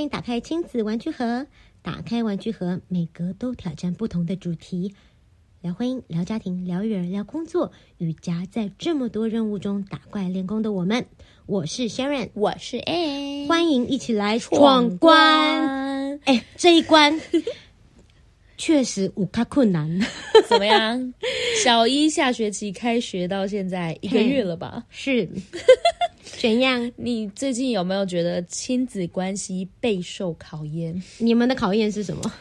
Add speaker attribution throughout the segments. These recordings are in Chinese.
Speaker 1: 迎打开亲子玩具盒，打开玩具盒，每格都挑战不同的主题，聊婚姻、聊家庭、聊育儿、聊工作，与夹在这么多任务中打怪练功的我们。我是 Sharon，
Speaker 2: 我是 A，
Speaker 1: 欢迎一起来闯关。哎，这一关 确实五卡困难。
Speaker 2: 怎么 样？小一下学期开学到现在一个月了吧？
Speaker 1: 是， 怎样？
Speaker 2: 你最近有没有觉得亲子关系备受考验？
Speaker 1: 你们的考验是什么？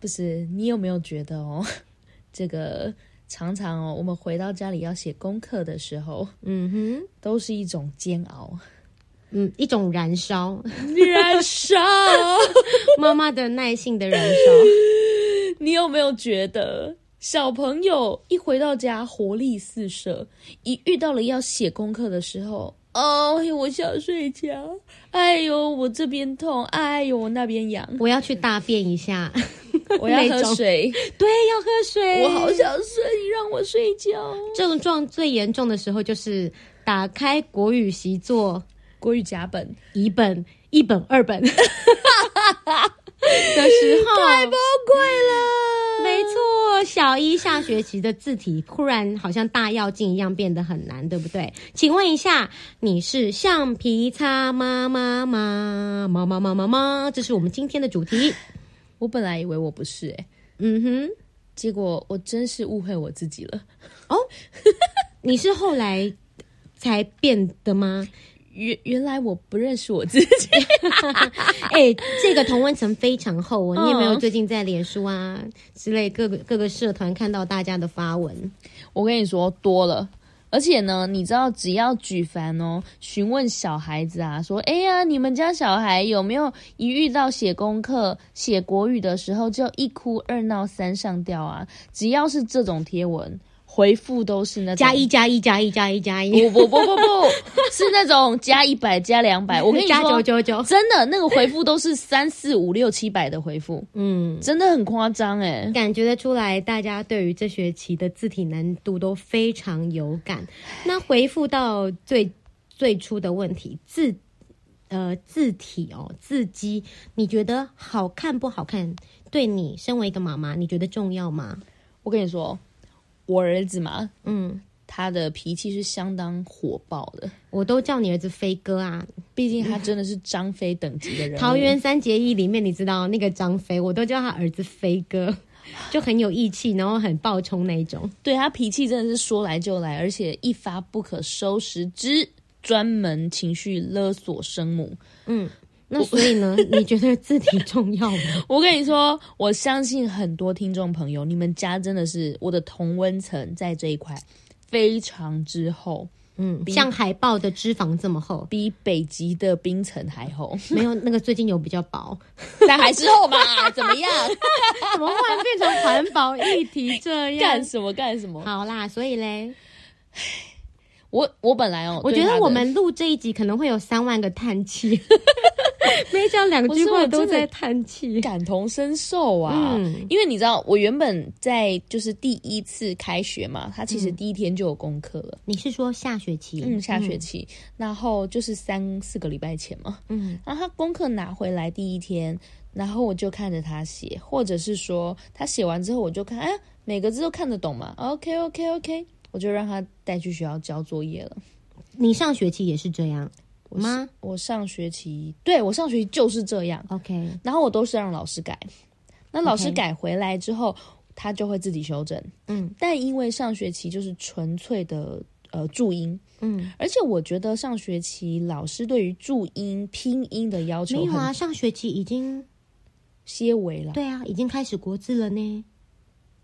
Speaker 2: 不是，你有没有觉得哦， 这个常常哦，我们回到家里要写功课的时候，
Speaker 1: 嗯哼，
Speaker 2: 都是一种煎 熬，
Speaker 1: 嗯，一种燃烧，
Speaker 2: 燃烧。
Speaker 1: 妈妈的耐性的燃烧。
Speaker 2: 你有没有觉得小朋友一回到家活力四射，一遇到了要写功课的时候，哦，我想睡觉，哎呦，我这边痛，哎呦，我那边 痒，
Speaker 1: 我要去大便一下，
Speaker 2: 我要
Speaker 1: 那
Speaker 2: 喝
Speaker 1: 种
Speaker 2: 水，
Speaker 1: 对，要喝水。
Speaker 2: 我好想睡，你让我睡觉。
Speaker 1: 症状最严重的时候就是打开国语习作
Speaker 2: 国语甲本
Speaker 1: 一本、一本、二本 的时候，太
Speaker 2: 宝贵了，
Speaker 1: 没错，小一下学期的字体忽然好像大跃进一样变得很难，对不对？请问一下，你是橡皮擦妈妈吗？妈妈妈妈妈，这是我们今天的主题。
Speaker 2: 我本来以为我不是、哎，
Speaker 1: 嗯哼，
Speaker 2: 结果我真是误会我自己了。
Speaker 1: 你是后来才变的吗？
Speaker 2: 原原来我不认识我自 己，
Speaker 1: 哎、这个同温层非常厚哦。你有没有
Speaker 2: 嗯
Speaker 1: 最近在脸书啊之类各个各个社团看到大家的发文？
Speaker 2: 我跟你说多了。而且呢，你知道，只要举凡哦询问小孩子啊，说，哎呀，你们家小孩有没有一遇到写功课、写国语的时候就一哭二闹三上吊啊？只要是这种贴文，回复都是那种
Speaker 1: 加一加一加一加一加一，
Speaker 2: 不不不不不，是那种加一百加 两百。我跟你
Speaker 1: 加九
Speaker 2: 说，
Speaker 1: 九九。
Speaker 2: 真的那个回复都是三四五六七百的回复，
Speaker 1: 嗯，
Speaker 2: 真的很夸张哎。
Speaker 1: 感觉得出来，大家对于这学期的字体难度都非常有感。那回复到最最初的问题，字呃字体哦，字迹，你觉得好看不好看？对你身为一个妈妈，你觉得重要吗？
Speaker 2: 我跟你说，我儿子嘛，
Speaker 1: 嗯，
Speaker 2: 他的脾气是相当火爆的，
Speaker 1: 我都叫你儿子飞哥啊，
Speaker 2: 毕竟他真的是张飞等级的人物。
Speaker 1: 桃园三结义里面，你知道那个张飞，我都叫他儿子飞哥， 就很有义气，然后很暴冲那一种。
Speaker 2: 对他脾气真的是说来就来，而且一发不可收拾之。专门情绪勒索生母，
Speaker 1: 那所以呢，你觉得字体重要吗？
Speaker 2: 我跟你说，我相信很多听众朋友，你们家真的是我的同温层，在这一块非常之厚，
Speaker 1: 嗯，像海豹的脂肪这么厚，
Speaker 2: 比北极的冰层还厚，
Speaker 1: 没有那个最近有比较薄，
Speaker 2: 但还是厚嘛？怎么样？
Speaker 1: 啊怎么忽然变成环保议题这
Speaker 2: 干？什么干什么？
Speaker 1: 好啦，所以嘞，
Speaker 2: 我我本来哦，
Speaker 1: 我觉
Speaker 2: 对他
Speaker 1: 得
Speaker 2: 的
Speaker 1: 我们录这一集可能会有三万个叹 气，没讲两句
Speaker 2: 不是我
Speaker 1: 话都
Speaker 2: 真的
Speaker 1: 在叹气。
Speaker 2: 感同身受啊，
Speaker 1: 嗯
Speaker 2: 因为你知道，我原本在就是第一次开学嘛，他其实第一天就有功课了，
Speaker 1: 你是说下学期？
Speaker 2: 嗯，下学期，然后就是三四个礼拜前嘛，
Speaker 1: 嗯，
Speaker 2: 然后他功课拿回来第一天，然后我就看着他写，或者是说他写完之后，我就看，哎，每个字都看得懂嘛，OK OK OK，我就让他带去学校交作业了。
Speaker 1: 你上学期也是这样吗
Speaker 2: 我上学期，对我上学期就是这样，
Speaker 1: ？OK，
Speaker 2: 然后我都是让老师改。那老师
Speaker 1: OK
Speaker 2: 改回来之后他就会自己修正。
Speaker 1: 嗯，
Speaker 2: 但因为上学期就是纯粹的呃注音，
Speaker 1: 嗯，
Speaker 2: 而且我觉得上学期老师对于注音拼音的要求
Speaker 1: 没有
Speaker 2: 很
Speaker 1: 啊，上学期已经
Speaker 2: 些微了，
Speaker 1: 对啊，已经开始国字了呢。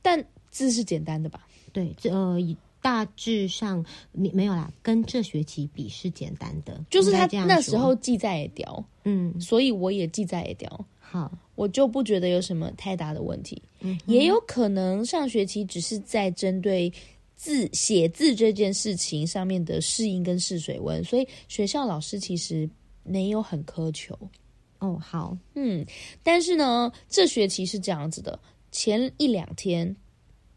Speaker 2: 但字是简单的吧？
Speaker 1: 对，这呃大致上你没有啦，跟这学期比是简单的，
Speaker 2: 就是
Speaker 1: 应
Speaker 2: 他
Speaker 1: 该这样
Speaker 2: 那
Speaker 1: 说
Speaker 2: 时候记在也雕，
Speaker 1: 嗯
Speaker 2: 所以我也记在也雕。
Speaker 1: 好，
Speaker 2: 我就不觉得有什么太大的问题。也有可能上学期只是在针对字写字这件事情上面的适应跟试水温，所以学校老师其实没有很苛求。
Speaker 1: 哦好，
Speaker 2: 嗯，但是呢，这学期是这样子的，前一两天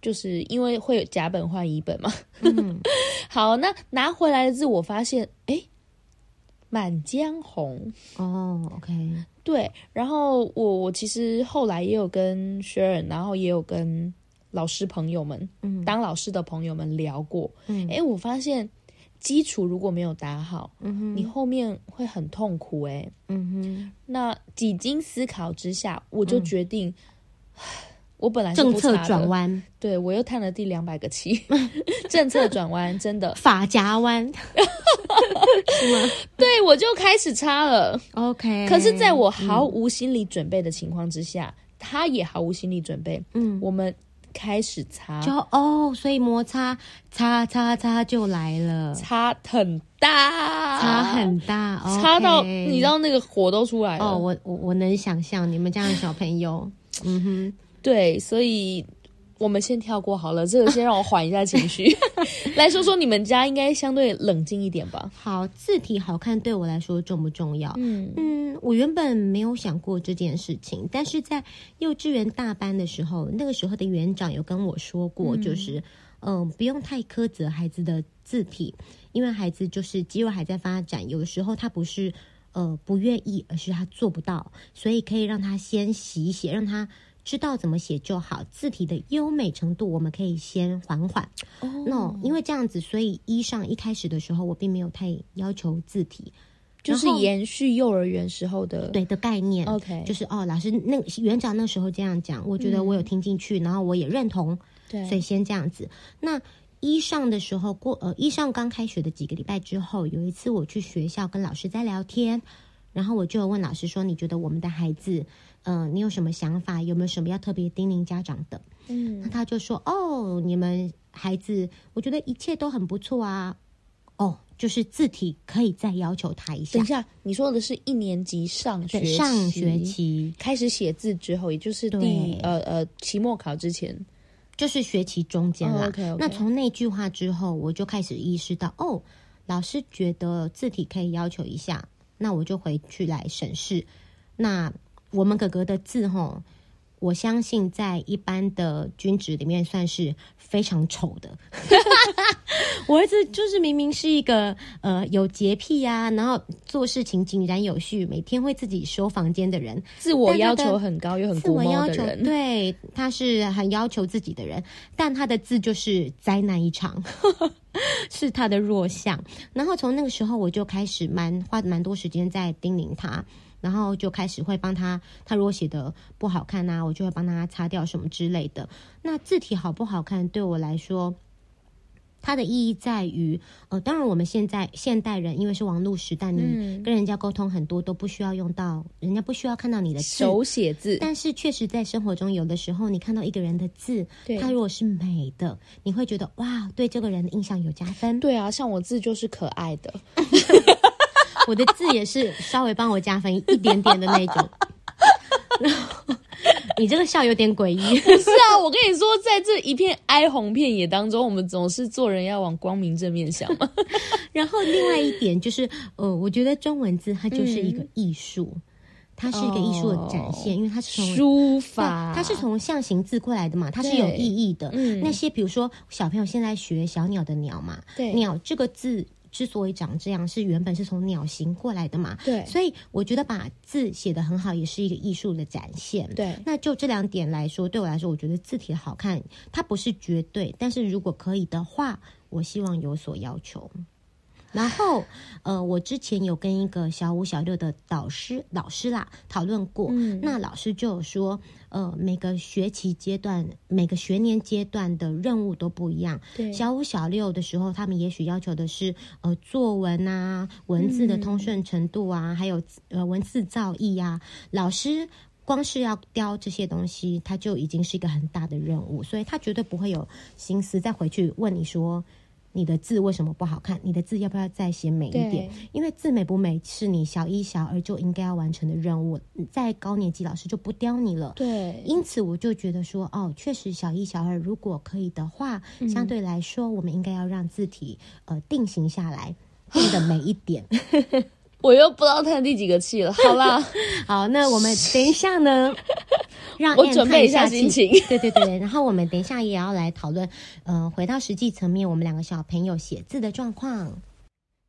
Speaker 2: 就是因为会有甲本 换乙本嘛。好，那拿回来的字，我发现，诶，满江红》。
Speaker 1: 哦，OK，
Speaker 2: 对，然后我我其实后来也有跟学人，然后也有跟老师朋友们，
Speaker 1: 嗯
Speaker 2: 当老师的朋友们聊过。
Speaker 1: 嗯
Speaker 2: 诶，我发现基础如果没有打好，
Speaker 1: 嗯哼，
Speaker 2: 你后面会很痛苦、诶，
Speaker 1: 嗯哼，
Speaker 2: 那几经思考之下，我就决定， 我本来
Speaker 1: 嗯
Speaker 2: 是
Speaker 1: 政
Speaker 2: 不
Speaker 1: 策
Speaker 2: 差的
Speaker 1: 转，弯，
Speaker 2: 对我又探了第两百个期， 政策转弯真的，
Speaker 1: 法夹 弯
Speaker 2: 对我就开始差了。
Speaker 1: ，OK。
Speaker 2: 可是，在我毫
Speaker 1: 嗯
Speaker 2: 无心理准备的情况之下，他也毫无心理准备，
Speaker 1: 嗯，
Speaker 2: 我们开始擦，
Speaker 1: 就哦，所以摩擦擦擦擦就来了，
Speaker 2: 擦很大，
Speaker 1: 差很大，
Speaker 2: 擦到
Speaker 1: OK
Speaker 2: 你知道那个火都出来了。
Speaker 1: 哦，我我我能想象你们家的小朋友，嗯哼，
Speaker 2: 对，所以我们先跳过好了，这个先让我缓一下情 绪。来说说你们家应该相对冷静一点吧？
Speaker 1: 好，字体好看对我来说重不重要？
Speaker 2: 嗯
Speaker 1: 嗯，我原本没有想过这件事情，但是在幼稚园大班的时候，那个时候的园长有跟我说过，就是嗯、不用太苛责孩子的字体，因为孩子就是肌肉还在发展，有的时候他不是呃不愿意，而是他做不到，所以可以让他先习写，让他。知道怎么写就好，字体的优美程度我们可以先缓缓。那因为这样子，所以一上一开始的时候，我并没有太要求字体，
Speaker 2: 就是
Speaker 1: 然后
Speaker 2: 延续幼儿园时候的。
Speaker 1: 对的概念。
Speaker 2: OK
Speaker 1: 就是哦，老师那个园长那时候这样讲，我觉得我有听进去，然后我也认同，
Speaker 2: 对
Speaker 1: 所以先这样子。那一上的时候过呃，一上刚开学的几个礼拜之后，有一次我去学校跟老师在聊天，然后我就有问老师说，你觉得我们的孩子，呃，你有什么想法？有没有什么要特别叮咛家长的？
Speaker 2: 嗯
Speaker 1: 那他就说：“哦，你们孩子，我觉得一切都很不错啊。哦，就是字体可以再要求他一下
Speaker 2: 等一，下，你说的是一年级上学
Speaker 1: 对，
Speaker 2: 期
Speaker 1: 上学期
Speaker 2: 开始写字之后，也就是第
Speaker 1: 对
Speaker 2: 呃呃期末考之前，
Speaker 1: 就是学期中间啦。
Speaker 2: 哦，OK，OK
Speaker 1: 那从那句话之后，我就开始意识到，哦，老师觉得字体可以要求一下，那我就回去来审视。那我们哥哥的字吼，我相信在一般的军职里面算是非常丑的。 我儿子就是明明是一个呃有洁癖呀、然后做事情井然有序，每天会自己收房间的人，
Speaker 2: 自我
Speaker 1: 但他
Speaker 2: 要
Speaker 1: 的
Speaker 2: 求很高又很
Speaker 1: 自
Speaker 2: 古
Speaker 1: 我
Speaker 2: 猫
Speaker 1: 要
Speaker 2: 的
Speaker 1: 求，
Speaker 2: 人，
Speaker 1: 对，他是很要求自己的人，但他的字就是灾难一场， 是他的弱项。然后从那个时候，我就开始蛮花蛮多时间在叮咛他，然后就开始会帮他，他如果写的不好看啊，我就会帮他擦掉什么之类的。那字体好不好看，对我来说。它的意义在于，呃，当然我们现在现代人因为是网络时代，你
Speaker 2: 嗯
Speaker 1: 跟人家沟通很多都不需要用到，人家不需要看到你的字
Speaker 2: 手写字，
Speaker 1: 但是确实在生活中，有的时候你看到一个人的字，
Speaker 2: 对
Speaker 1: 他如果是美的，你会觉得哇，对这个人的印象有加分。
Speaker 2: 对啊，像我字就是可爱的，
Speaker 1: 我的字也是稍微帮我加分一点点的那种。然 后你这个笑有点诡异，
Speaker 2: 是啊，我跟你说，在这一片哀鸿遍野当中，我们总是做人要往光明正面想嘛。
Speaker 1: 然后另外一点就是，呃，我觉得中文字它就是一个艺术，它是一个艺术的展现，因为它是从
Speaker 2: 书
Speaker 1: 对
Speaker 2: 法，
Speaker 1: 它是从象形字过来的嘛，它是有
Speaker 2: 啊对
Speaker 1: 意义的。
Speaker 2: 嗯
Speaker 1: 那些比如说小朋友现在学小鸟的鸟嘛，
Speaker 2: 对
Speaker 1: 鸟这个字之所以长这样，是原本是从鸟形过来的嘛。
Speaker 2: 对
Speaker 1: 所以我觉得把字写得很好，也是一个艺术的展现。
Speaker 2: 对
Speaker 1: 那就这两点来说，对我来说，我觉得字体的好看，它不是绝对，但是如果可以的话，我希望有所要求。然后，呃，我之前有跟一个小五、小六的导师老师啦讨论过，那老师就有说，呃，每个学期阶段、每个学年阶段的任务都不一样，
Speaker 2: 对
Speaker 1: 小五、小六的时候，他们也许要求的是呃作文啊、文字的通顺程度啊，还有呃文字造诣啊。老师光是要雕这些东西，他就已经是一个很大的任务，所以他绝对不会有心思再回去问你说。你的字为什么不好看？你的字要不要再写美一点
Speaker 2: 对？
Speaker 1: 因为字美不美是你小一、小二就应该要完成的任务，在高年级老师就不刁你了。
Speaker 2: 对
Speaker 1: 因此，我就觉得说，哦，确实小一、小二如果可以的话，
Speaker 2: 嗯
Speaker 1: 相对来说，我们应该要让字体呃定型下来，变得美一点。
Speaker 2: 我又不知道叹第几个气了。好啦，
Speaker 1: 好，那 我们等一下呢，让
Speaker 2: 我
Speaker 1: Anne
Speaker 2: 准备
Speaker 1: 探
Speaker 2: 一下
Speaker 1: 气
Speaker 2: 心情
Speaker 1: 对对对，然后我们等一下也要来讨论，呃，回到实际层面，我们两个小朋友写字的状况。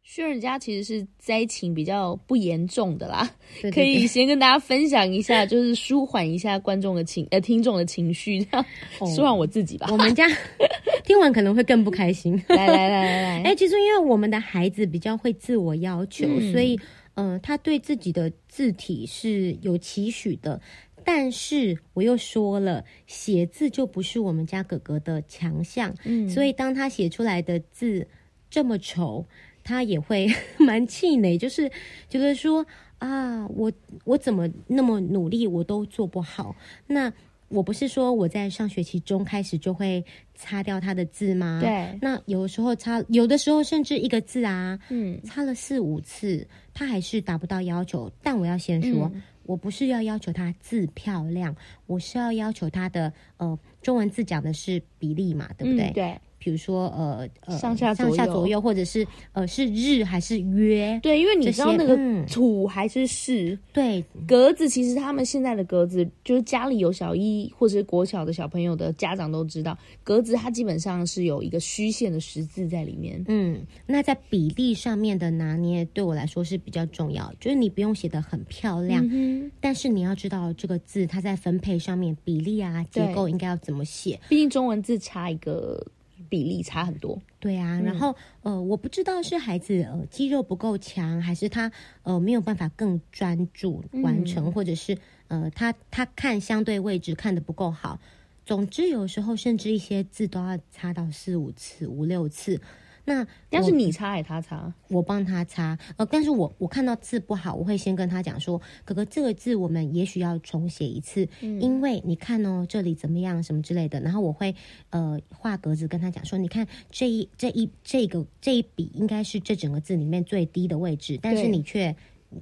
Speaker 2: 薛人家其实是灾情比较不严重的啦，
Speaker 1: 对对
Speaker 2: 可以
Speaker 1: 对
Speaker 2: 先跟大家分享一下，就是舒缓一下观众的情呃听众的情绪，这样、
Speaker 1: 哦
Speaker 2: 舒缓我自己吧。
Speaker 1: 我们家 听完可能会更不开心。
Speaker 2: 来来来来
Speaker 1: 哎、
Speaker 2: 来，
Speaker 1: 其实因为我们的孩子比较会自我要求，
Speaker 2: 嗯
Speaker 1: 所以嗯、呃他对自己的字体是有期许的。但是我又说了，写字就不是我们家哥哥的强项，
Speaker 2: 嗯
Speaker 1: 所以当他写出来的字这么丑，他也会 蛮气馁，就是觉得说啊，我我怎么那么努力，我都做不好。那我不是说我在上学期中开始就会擦掉他的字吗？
Speaker 2: 对，
Speaker 1: 那有的时候擦，有的时候甚至一个字啊，
Speaker 2: 嗯，
Speaker 1: 擦了四五次，他还是达不到要求。但我要先说，
Speaker 2: 嗯
Speaker 1: 我不是要要求他字漂亮，我是要要求他的呃，中文字讲的是比例嘛，对不对？
Speaker 2: 嗯对
Speaker 1: 比如说呃呃
Speaker 2: 上下左
Speaker 1: 上
Speaker 2: 右
Speaker 1: 下左右，或者是呃是日还是约？
Speaker 2: 对，因为你
Speaker 1: 这
Speaker 2: 知道
Speaker 1: 些
Speaker 2: 那个
Speaker 1: 嗯
Speaker 2: 土还是是、
Speaker 1: 对
Speaker 2: 格子，其实他们现在的格子，就是家里有小一或者是国小的小朋友的家长都知道，格子它基本上是有一个虚线的十字在里面。
Speaker 1: 嗯，那在比例上面的拿捏，对我来说是比较重要，就是你不用写的很漂亮，
Speaker 2: 嗯
Speaker 1: 但是你要知道这个字它在分配上面比例啊、
Speaker 2: 对
Speaker 1: 结构应该要怎么写。
Speaker 2: 哼，毕竟中文字差一个比例差很多。
Speaker 1: 对
Speaker 2: 嗯
Speaker 1: 啊，然后呃，我不知道是孩子呃肌肉不够强，还是他呃没有办法更专注完
Speaker 2: 嗯
Speaker 1: 成，或者是呃他他看相对位置看的不够好。总之，有时候甚至一些字都要擦到四五次、五六次。那
Speaker 2: 但是你差还他差，
Speaker 1: 我帮他擦，呃，但是我我看到字不好，我会先跟他讲说，哥哥，这个字我们也许要重写一次，
Speaker 2: 嗯
Speaker 1: 因为你看哦，这里怎么样什么之类的，然后我会呃画格子跟他讲说，你看这一这一这个这一笔应该是这整个字里面最低的位置，但是
Speaker 2: 对
Speaker 1: 你却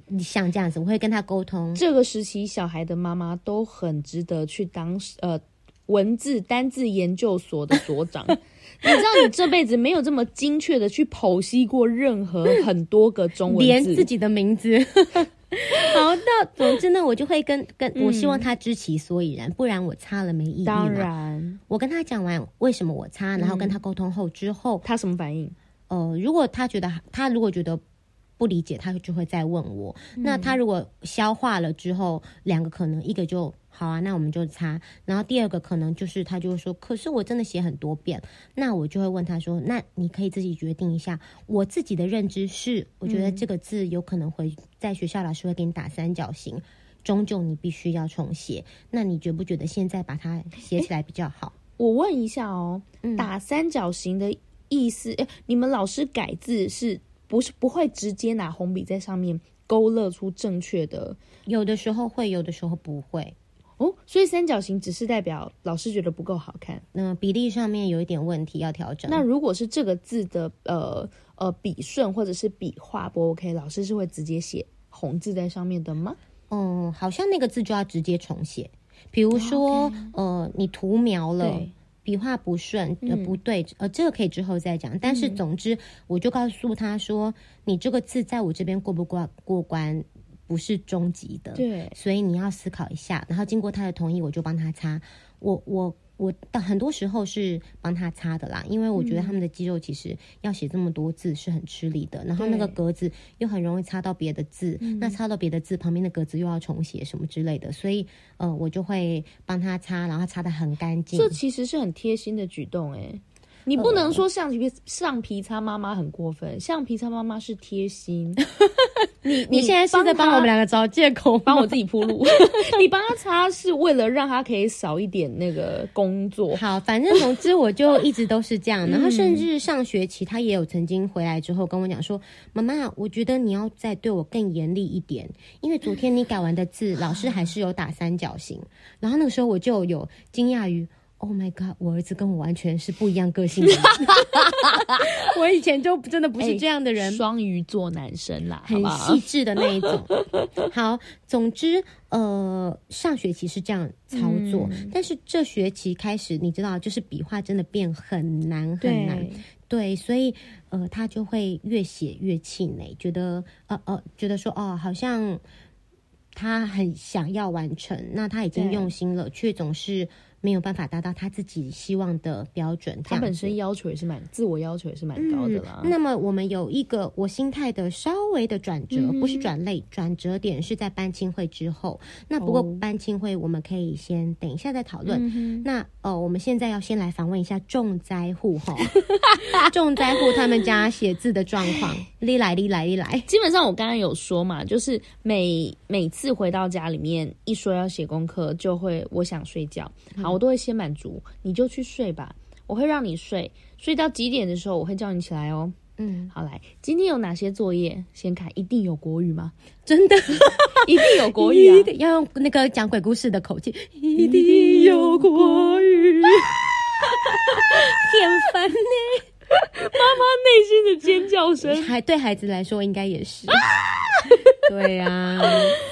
Speaker 1: 你像这样子，我会跟他沟通，
Speaker 2: 这个时期小孩的妈妈都很值得去当呃文字单字研究所的所 长。你知道，你这辈子没有这么精确的去剖析过任何很多个中文字，
Speaker 1: 连自己的名 字。好的，总之呢，我就会跟跟我希望他知其所以然，不然我擦了没意义嘛。
Speaker 2: 嗯当然
Speaker 1: 我跟他讲完为什么我擦，然后跟他沟通后之后，
Speaker 2: 他什么反应？
Speaker 1: 呃，如果他觉得他如果觉得不理解，他就会再问我。那他如果消化了之后，两个可能一个就好啊，那我们就擦。然后第二个可能就是他就会说，可是我真的写很多遍，那我就会问他说，那你可以自己决定一下。我自己的认知是，我觉得这个字有可能会在学校老师会给你打三角形。终究你必须要重写，那你觉不觉得现在把它写起来比较好？
Speaker 2: 我问一下哦，打三角形的意思，哎、你们老师改字是不是不会直接拿红笔在上面勾勒出正确的
Speaker 1: 有的时候会，有的时候不会。
Speaker 2: 哦？所以三角形只是代表老师觉得不够好看。
Speaker 1: 那比例上面有一点问题要调整。
Speaker 2: 那如果是这个字的呃呃笔顺或者是笔画不 OK，老师是会直接写红字在上面的吗？
Speaker 1: 嗯，好像那个字就要直接重写。比如说，呃，你涂描了
Speaker 2: 哦对，嗯
Speaker 1: 笔画不顺，呃，不对，呃，这个可以之后再讲。但是总之，我就告诉他说，你这个字在我这边过不过过关，不是终极的。
Speaker 2: 对
Speaker 1: 所以你要思考一下，然后经过他的同意，我就帮他擦。我我我，但很多时候是帮他擦的啦，因为我觉得他们的肌肉其实要写这么多字是很吃力的，然后那个格子又很容易擦到别的字，那擦到别的字旁边的格子又要重写什么之类的，所以呃，我就会帮他擦，然后擦的很干净
Speaker 2: 这。其实是很贴心的举动哎、你不能说橡皮橡皮擦妈妈很过分，橡皮擦妈妈是 贴心。你
Speaker 1: 你现在是在帮
Speaker 2: 她
Speaker 1: 我们两个找借口吗，
Speaker 2: 帮我自己铺路。 你帮他擦是为了让他可以少一点那个工作。
Speaker 1: 好，反正总之我就一直都是这 样，然后甚至上学期他也有曾经回来之后跟我讲说：“妈妈，我觉得你要再对我更严厉一点，因为昨天你改完的字，老师还是有打三角形。”嗯然后那个时候我就有惊讶于。Oh my god！我儿子跟我完全是不一样个性的人， 我以前就真的不是这样的人。
Speaker 2: 双鱼座男生啦，好
Speaker 1: 很
Speaker 2: 不好
Speaker 1: 细？致的那一种。好，总之，呃，上学期是这样操作，但是这学期开始，你知道，就是笔画真的变很难很难，对，所以呃，他就会越写越气馁，觉得呃呃，觉得说哦，好像他很想要完成，那他已经
Speaker 2: 对
Speaker 1: 用心了，却总是。没有办法达到他自己希望的标准，这
Speaker 3: 他
Speaker 1: 样
Speaker 3: 本
Speaker 1: 子
Speaker 3: 身要求也是蛮，自我要求也是蛮高的啦。
Speaker 1: 嗯那么我们有一个我心态的稍微的转折，不是转类，转折点是在班亲会之后。那不过
Speaker 3: 哦
Speaker 1: 班亲会我们可以先等一下再讨论。那呃，我们现在要先来访问一下重灾户 哈，重灾户他们家写字的状况，历来历来历来，
Speaker 2: 基本上我刚刚有说嘛，就是每每次回到家里面，一说要写功课，就会我想睡觉，
Speaker 1: 嗯
Speaker 2: 好，我都会先满足，你就去睡吧，我会让你睡，睡到几点的时候，我会叫你起来哦。
Speaker 1: 嗯，
Speaker 2: 好，来，今天有哪些作业？先看，一定有国 语吗？
Speaker 1: 真的
Speaker 2: 一定有国语
Speaker 1: 一
Speaker 2: 啊！
Speaker 1: 定要用那个讲鬼故事的口气，一定有国 语，天分呢。
Speaker 2: 内心的尖叫声。
Speaker 1: 还对孩子来说应该也是。对呀、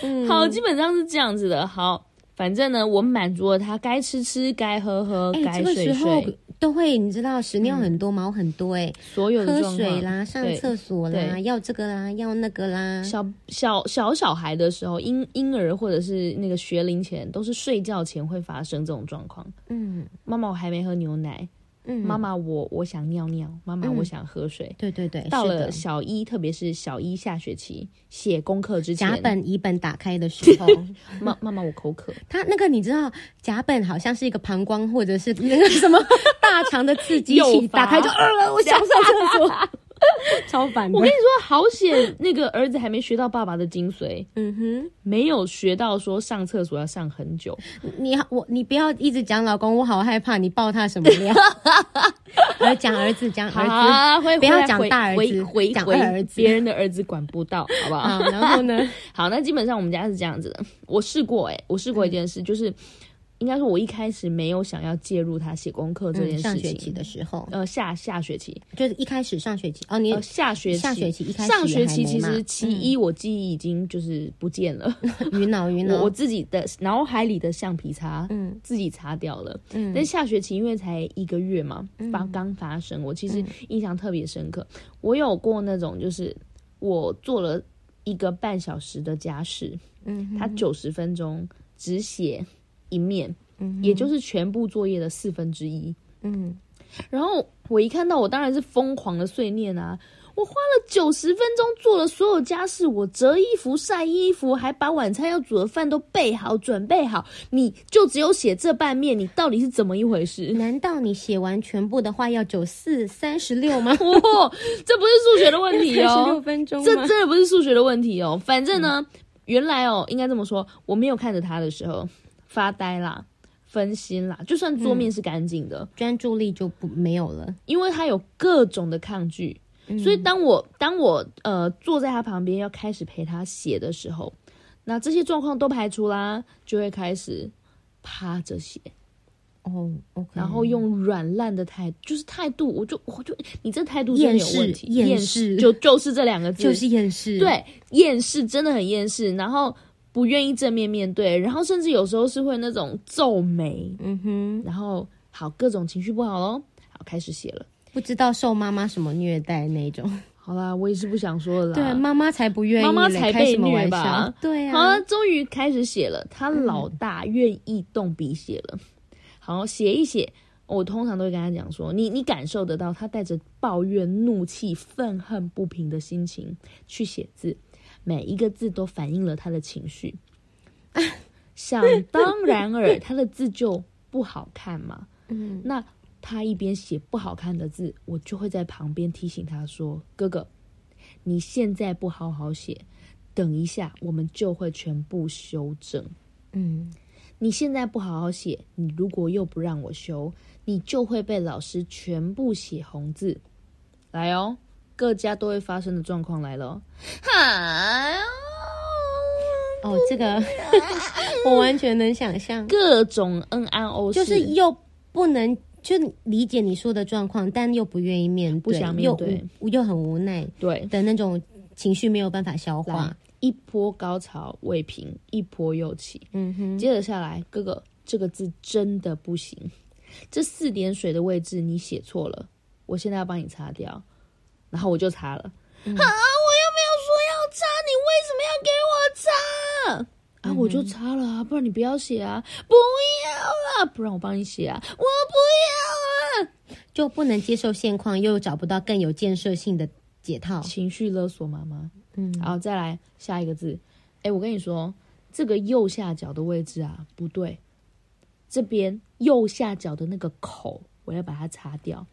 Speaker 1: 嗯，
Speaker 2: 啊好，基本上是这样子的。好，反正呢，我满足了他该吃吃，该喝喝，
Speaker 1: 哎、
Speaker 2: 该
Speaker 1: 这个
Speaker 2: 睡
Speaker 1: 时候
Speaker 2: 睡，
Speaker 1: 都会，你知道屎尿很多，毛很多、哎、
Speaker 2: 所有的
Speaker 1: 喝
Speaker 2: 状
Speaker 1: 水
Speaker 2: 况
Speaker 1: 啦，上
Speaker 2: 对
Speaker 1: 厕所啦，
Speaker 2: 对
Speaker 1: 要这个啦，要那个啦。
Speaker 2: 小小小小孩的时候，婴婴儿或者是那个学龄前，都是睡觉前会发生这种状况。
Speaker 1: 嗯
Speaker 2: 妈妈，我还没喝牛奶。
Speaker 1: 嗯，
Speaker 2: 妈妈，我我想尿尿。妈妈，
Speaker 1: 嗯
Speaker 2: 我想喝水。
Speaker 1: 对对对，
Speaker 2: 到
Speaker 1: 是
Speaker 2: 了
Speaker 1: 的
Speaker 2: 小一，特别是小一下学期写功课之前，
Speaker 1: 甲本乙本打开的 时候，
Speaker 2: 妈妈妈，我口渴。
Speaker 1: 他那个你知道，甲本好像是一个膀胱或者是 那个什么大肠的刺激器，
Speaker 2: 诱发
Speaker 1: 打开就呃，我想上厕 所，超烦的
Speaker 2: 我跟你。说，好险，那个儿子还没学到爸爸的精髓，
Speaker 1: 嗯哼。
Speaker 2: 没有学到说上厕所要上很久。
Speaker 1: 你我你不要一直讲老公，我好害怕你爆他什么 料。而讲儿子，讲儿子。
Speaker 2: 啊，会
Speaker 1: 不要
Speaker 2: 回来
Speaker 1: 讲
Speaker 2: 回
Speaker 1: 大儿子
Speaker 2: 回回
Speaker 1: 讲
Speaker 2: 回
Speaker 1: 二儿子嗯
Speaker 2: 别人的儿子管不到，好 不好？
Speaker 1: 好，然后呢？
Speaker 2: 好，那基本上我们家是这样子的。我试过、欸，我试
Speaker 1: 嗯
Speaker 2: 过一件事，就是应该说，我一开始没有想要介入他写功课这件
Speaker 1: 嗯上
Speaker 2: 事
Speaker 1: 学
Speaker 2: 情。
Speaker 1: 期的时候，
Speaker 2: 呃，下下学期，
Speaker 1: 就是一开始上学期哦，你
Speaker 2: 呃，下学期，
Speaker 1: 下学期一开始
Speaker 2: 上学期
Speaker 1: 还没
Speaker 2: 其
Speaker 1: 嘛嗯
Speaker 2: 实其一我记忆已经就是不见了，
Speaker 1: 鱼脑鱼
Speaker 2: 我
Speaker 1: 脑
Speaker 2: 我，自己的脑海里的橡皮擦，
Speaker 1: 嗯
Speaker 2: 自己擦掉了。
Speaker 1: 嗯
Speaker 2: 但下学期因为才一个月嘛，发刚发生，我其
Speaker 1: 嗯
Speaker 2: 实印象特别深刻。我有过那种，就是我做了一个半小时的家事，
Speaker 1: 嗯
Speaker 2: 他九十分钟只写一面，
Speaker 1: 嗯
Speaker 2: 也就是全部作业的四分之一。
Speaker 1: 嗯，
Speaker 2: 然后我一看到，我当然是疯狂的碎念啊！我花了九十分钟做了所有家事，我折衣服、晒衣服，还把晚餐要煮的饭都备好、准备好，你就只有写这半面，你到底是怎么一回事？
Speaker 1: 难道你写完全部的话要九四三十六吗？
Speaker 2: 哦，这不是数学的问题
Speaker 1: 三十六
Speaker 2: 哦，
Speaker 1: 分钟
Speaker 2: 这
Speaker 1: 吗？嗯
Speaker 2: 真的不是数学的问题哦。反正呢，原来哦，应该这么说，我没有看着他的时候发呆啦。分心啦，就算桌面是干净的，
Speaker 1: 专注力就不没有了。
Speaker 2: 因为他有各种的抗拒，
Speaker 1: 嗯
Speaker 2: 所以当我当我呃坐在他旁边要开始陪他写的时候，那这些状况都排除啦，就会开始趴着写，
Speaker 1: 哦，OK，
Speaker 2: 然后用软烂的态就是态度，我就我就你这态度真
Speaker 1: 厌
Speaker 2: 的有
Speaker 1: 世
Speaker 2: 问题，
Speaker 1: 厌世
Speaker 2: 就就是这两个字，
Speaker 1: 就是厌世，，
Speaker 2: 对厌世真的很厌世，然后不愿意正面面对，然后甚至有时候是会那种皱眉，
Speaker 1: 嗯哼，
Speaker 2: 然后好各种情绪不好喽，好开始写了。
Speaker 1: 不知道受妈妈什么虐待那种。
Speaker 2: 好啦，我也是不想说了啦。
Speaker 1: 对，妈妈才不愿意嘞，
Speaker 2: 啊妈妈才
Speaker 1: 开
Speaker 2: 被
Speaker 1: 什么
Speaker 2: 虐
Speaker 1: 玩
Speaker 2: 吧
Speaker 1: 笑？对
Speaker 2: 好
Speaker 1: 啊
Speaker 2: 了，，终于开始写了，他老大愿意动笔写了。好，写一写，我通常都会跟他讲说，你你感受得到他带着抱怨、怒气、愤恨不平的心情去写字，每一个字都反映了他的情绪。想当然尔，他的字就不好看嘛。
Speaker 1: 嗯，
Speaker 2: 那他一边写不好看的字，我就会在旁边提醒他说：“哥哥，你现在不好好写，等一下我们就会全部修正。
Speaker 1: 嗯，
Speaker 2: 你现在不好好写，你如果又不让我修，你就会被老师全部写红字。来哦，各家都会发生的状况来了哦。哈
Speaker 1: 哦，这个 我完全能想象，
Speaker 2: 各种恩安欧
Speaker 1: 就是又不能就理解你说的状况，但又不愿意面对，
Speaker 2: 不想面对
Speaker 1: 又无又很无奈
Speaker 2: 对
Speaker 1: 的那种情绪没有办法消
Speaker 2: 来
Speaker 1: 化。
Speaker 2: 一波高潮未平，一波又起。
Speaker 1: 嗯哼，
Speaker 2: 接着下来，哥哥，这个字真的不行，这四点水的位置你写错了，我现在要帮你擦掉。然后我就擦了。啊！我又没有说要擦，你为什么要给我擦？啊，我就擦了啊，不然你不要写啊！不要，
Speaker 4: 要了，不然我帮你写啊，我不要啊，
Speaker 1: 就不能接受现况，又找不到更有建设性的解套。
Speaker 2: 情绪勒索妈妈。
Speaker 1: 嗯，
Speaker 2: 然后再来下一个字，哎，我跟你说，这个右下角的位置啊不对，这边右下角的那个口，我要把它擦掉。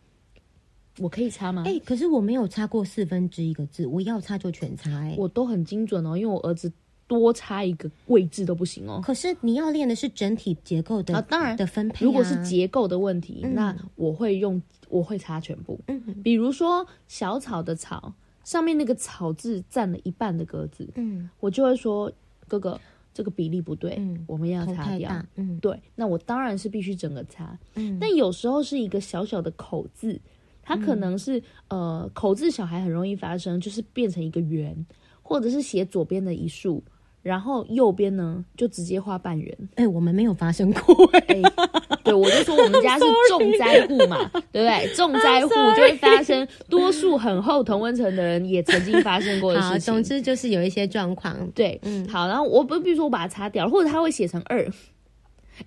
Speaker 2: 我可以擦吗？
Speaker 1: 哎、可是我没有擦过四分之一个字，我要擦就全擦、哎，
Speaker 2: 我都很精准哦，因为我儿子多擦一个位置都不行哦。
Speaker 1: 可是你要练的是整体结构的
Speaker 2: 啊当然
Speaker 1: 的分配啊、
Speaker 2: 如果是结构的问题，那我会用我会擦全部。
Speaker 1: 嗯
Speaker 2: 比如说小草的草上面那个草字占了一半的格子，
Speaker 1: 嗯
Speaker 2: 我就会说哥哥这个比例不对，
Speaker 1: 嗯
Speaker 2: 我们要
Speaker 1: 头
Speaker 2: 擦
Speaker 1: 太
Speaker 2: 掉
Speaker 1: 大。，嗯
Speaker 2: 对，那我当然是必须整个擦。
Speaker 1: 嗯，
Speaker 2: 但有时候是一个小小的口字，它可
Speaker 1: 嗯
Speaker 2: 能是、呃口字小孩很容易发生，就是变成一个圆，或者是写左边的一竖，然后右边呢就直接画半圆。
Speaker 1: 哎、我们没有发生过、哎
Speaker 2: 哎，对我就说我们家是重灾户嘛，对不对？重灾户就会发生，多数很厚同温层的人也曾经发生过的
Speaker 1: 好，
Speaker 2: 事情。
Speaker 1: 总之就是有一些状况。
Speaker 2: 对，
Speaker 1: 嗯
Speaker 2: 好，然后我不，比如说我把它擦掉，或者它会写成二。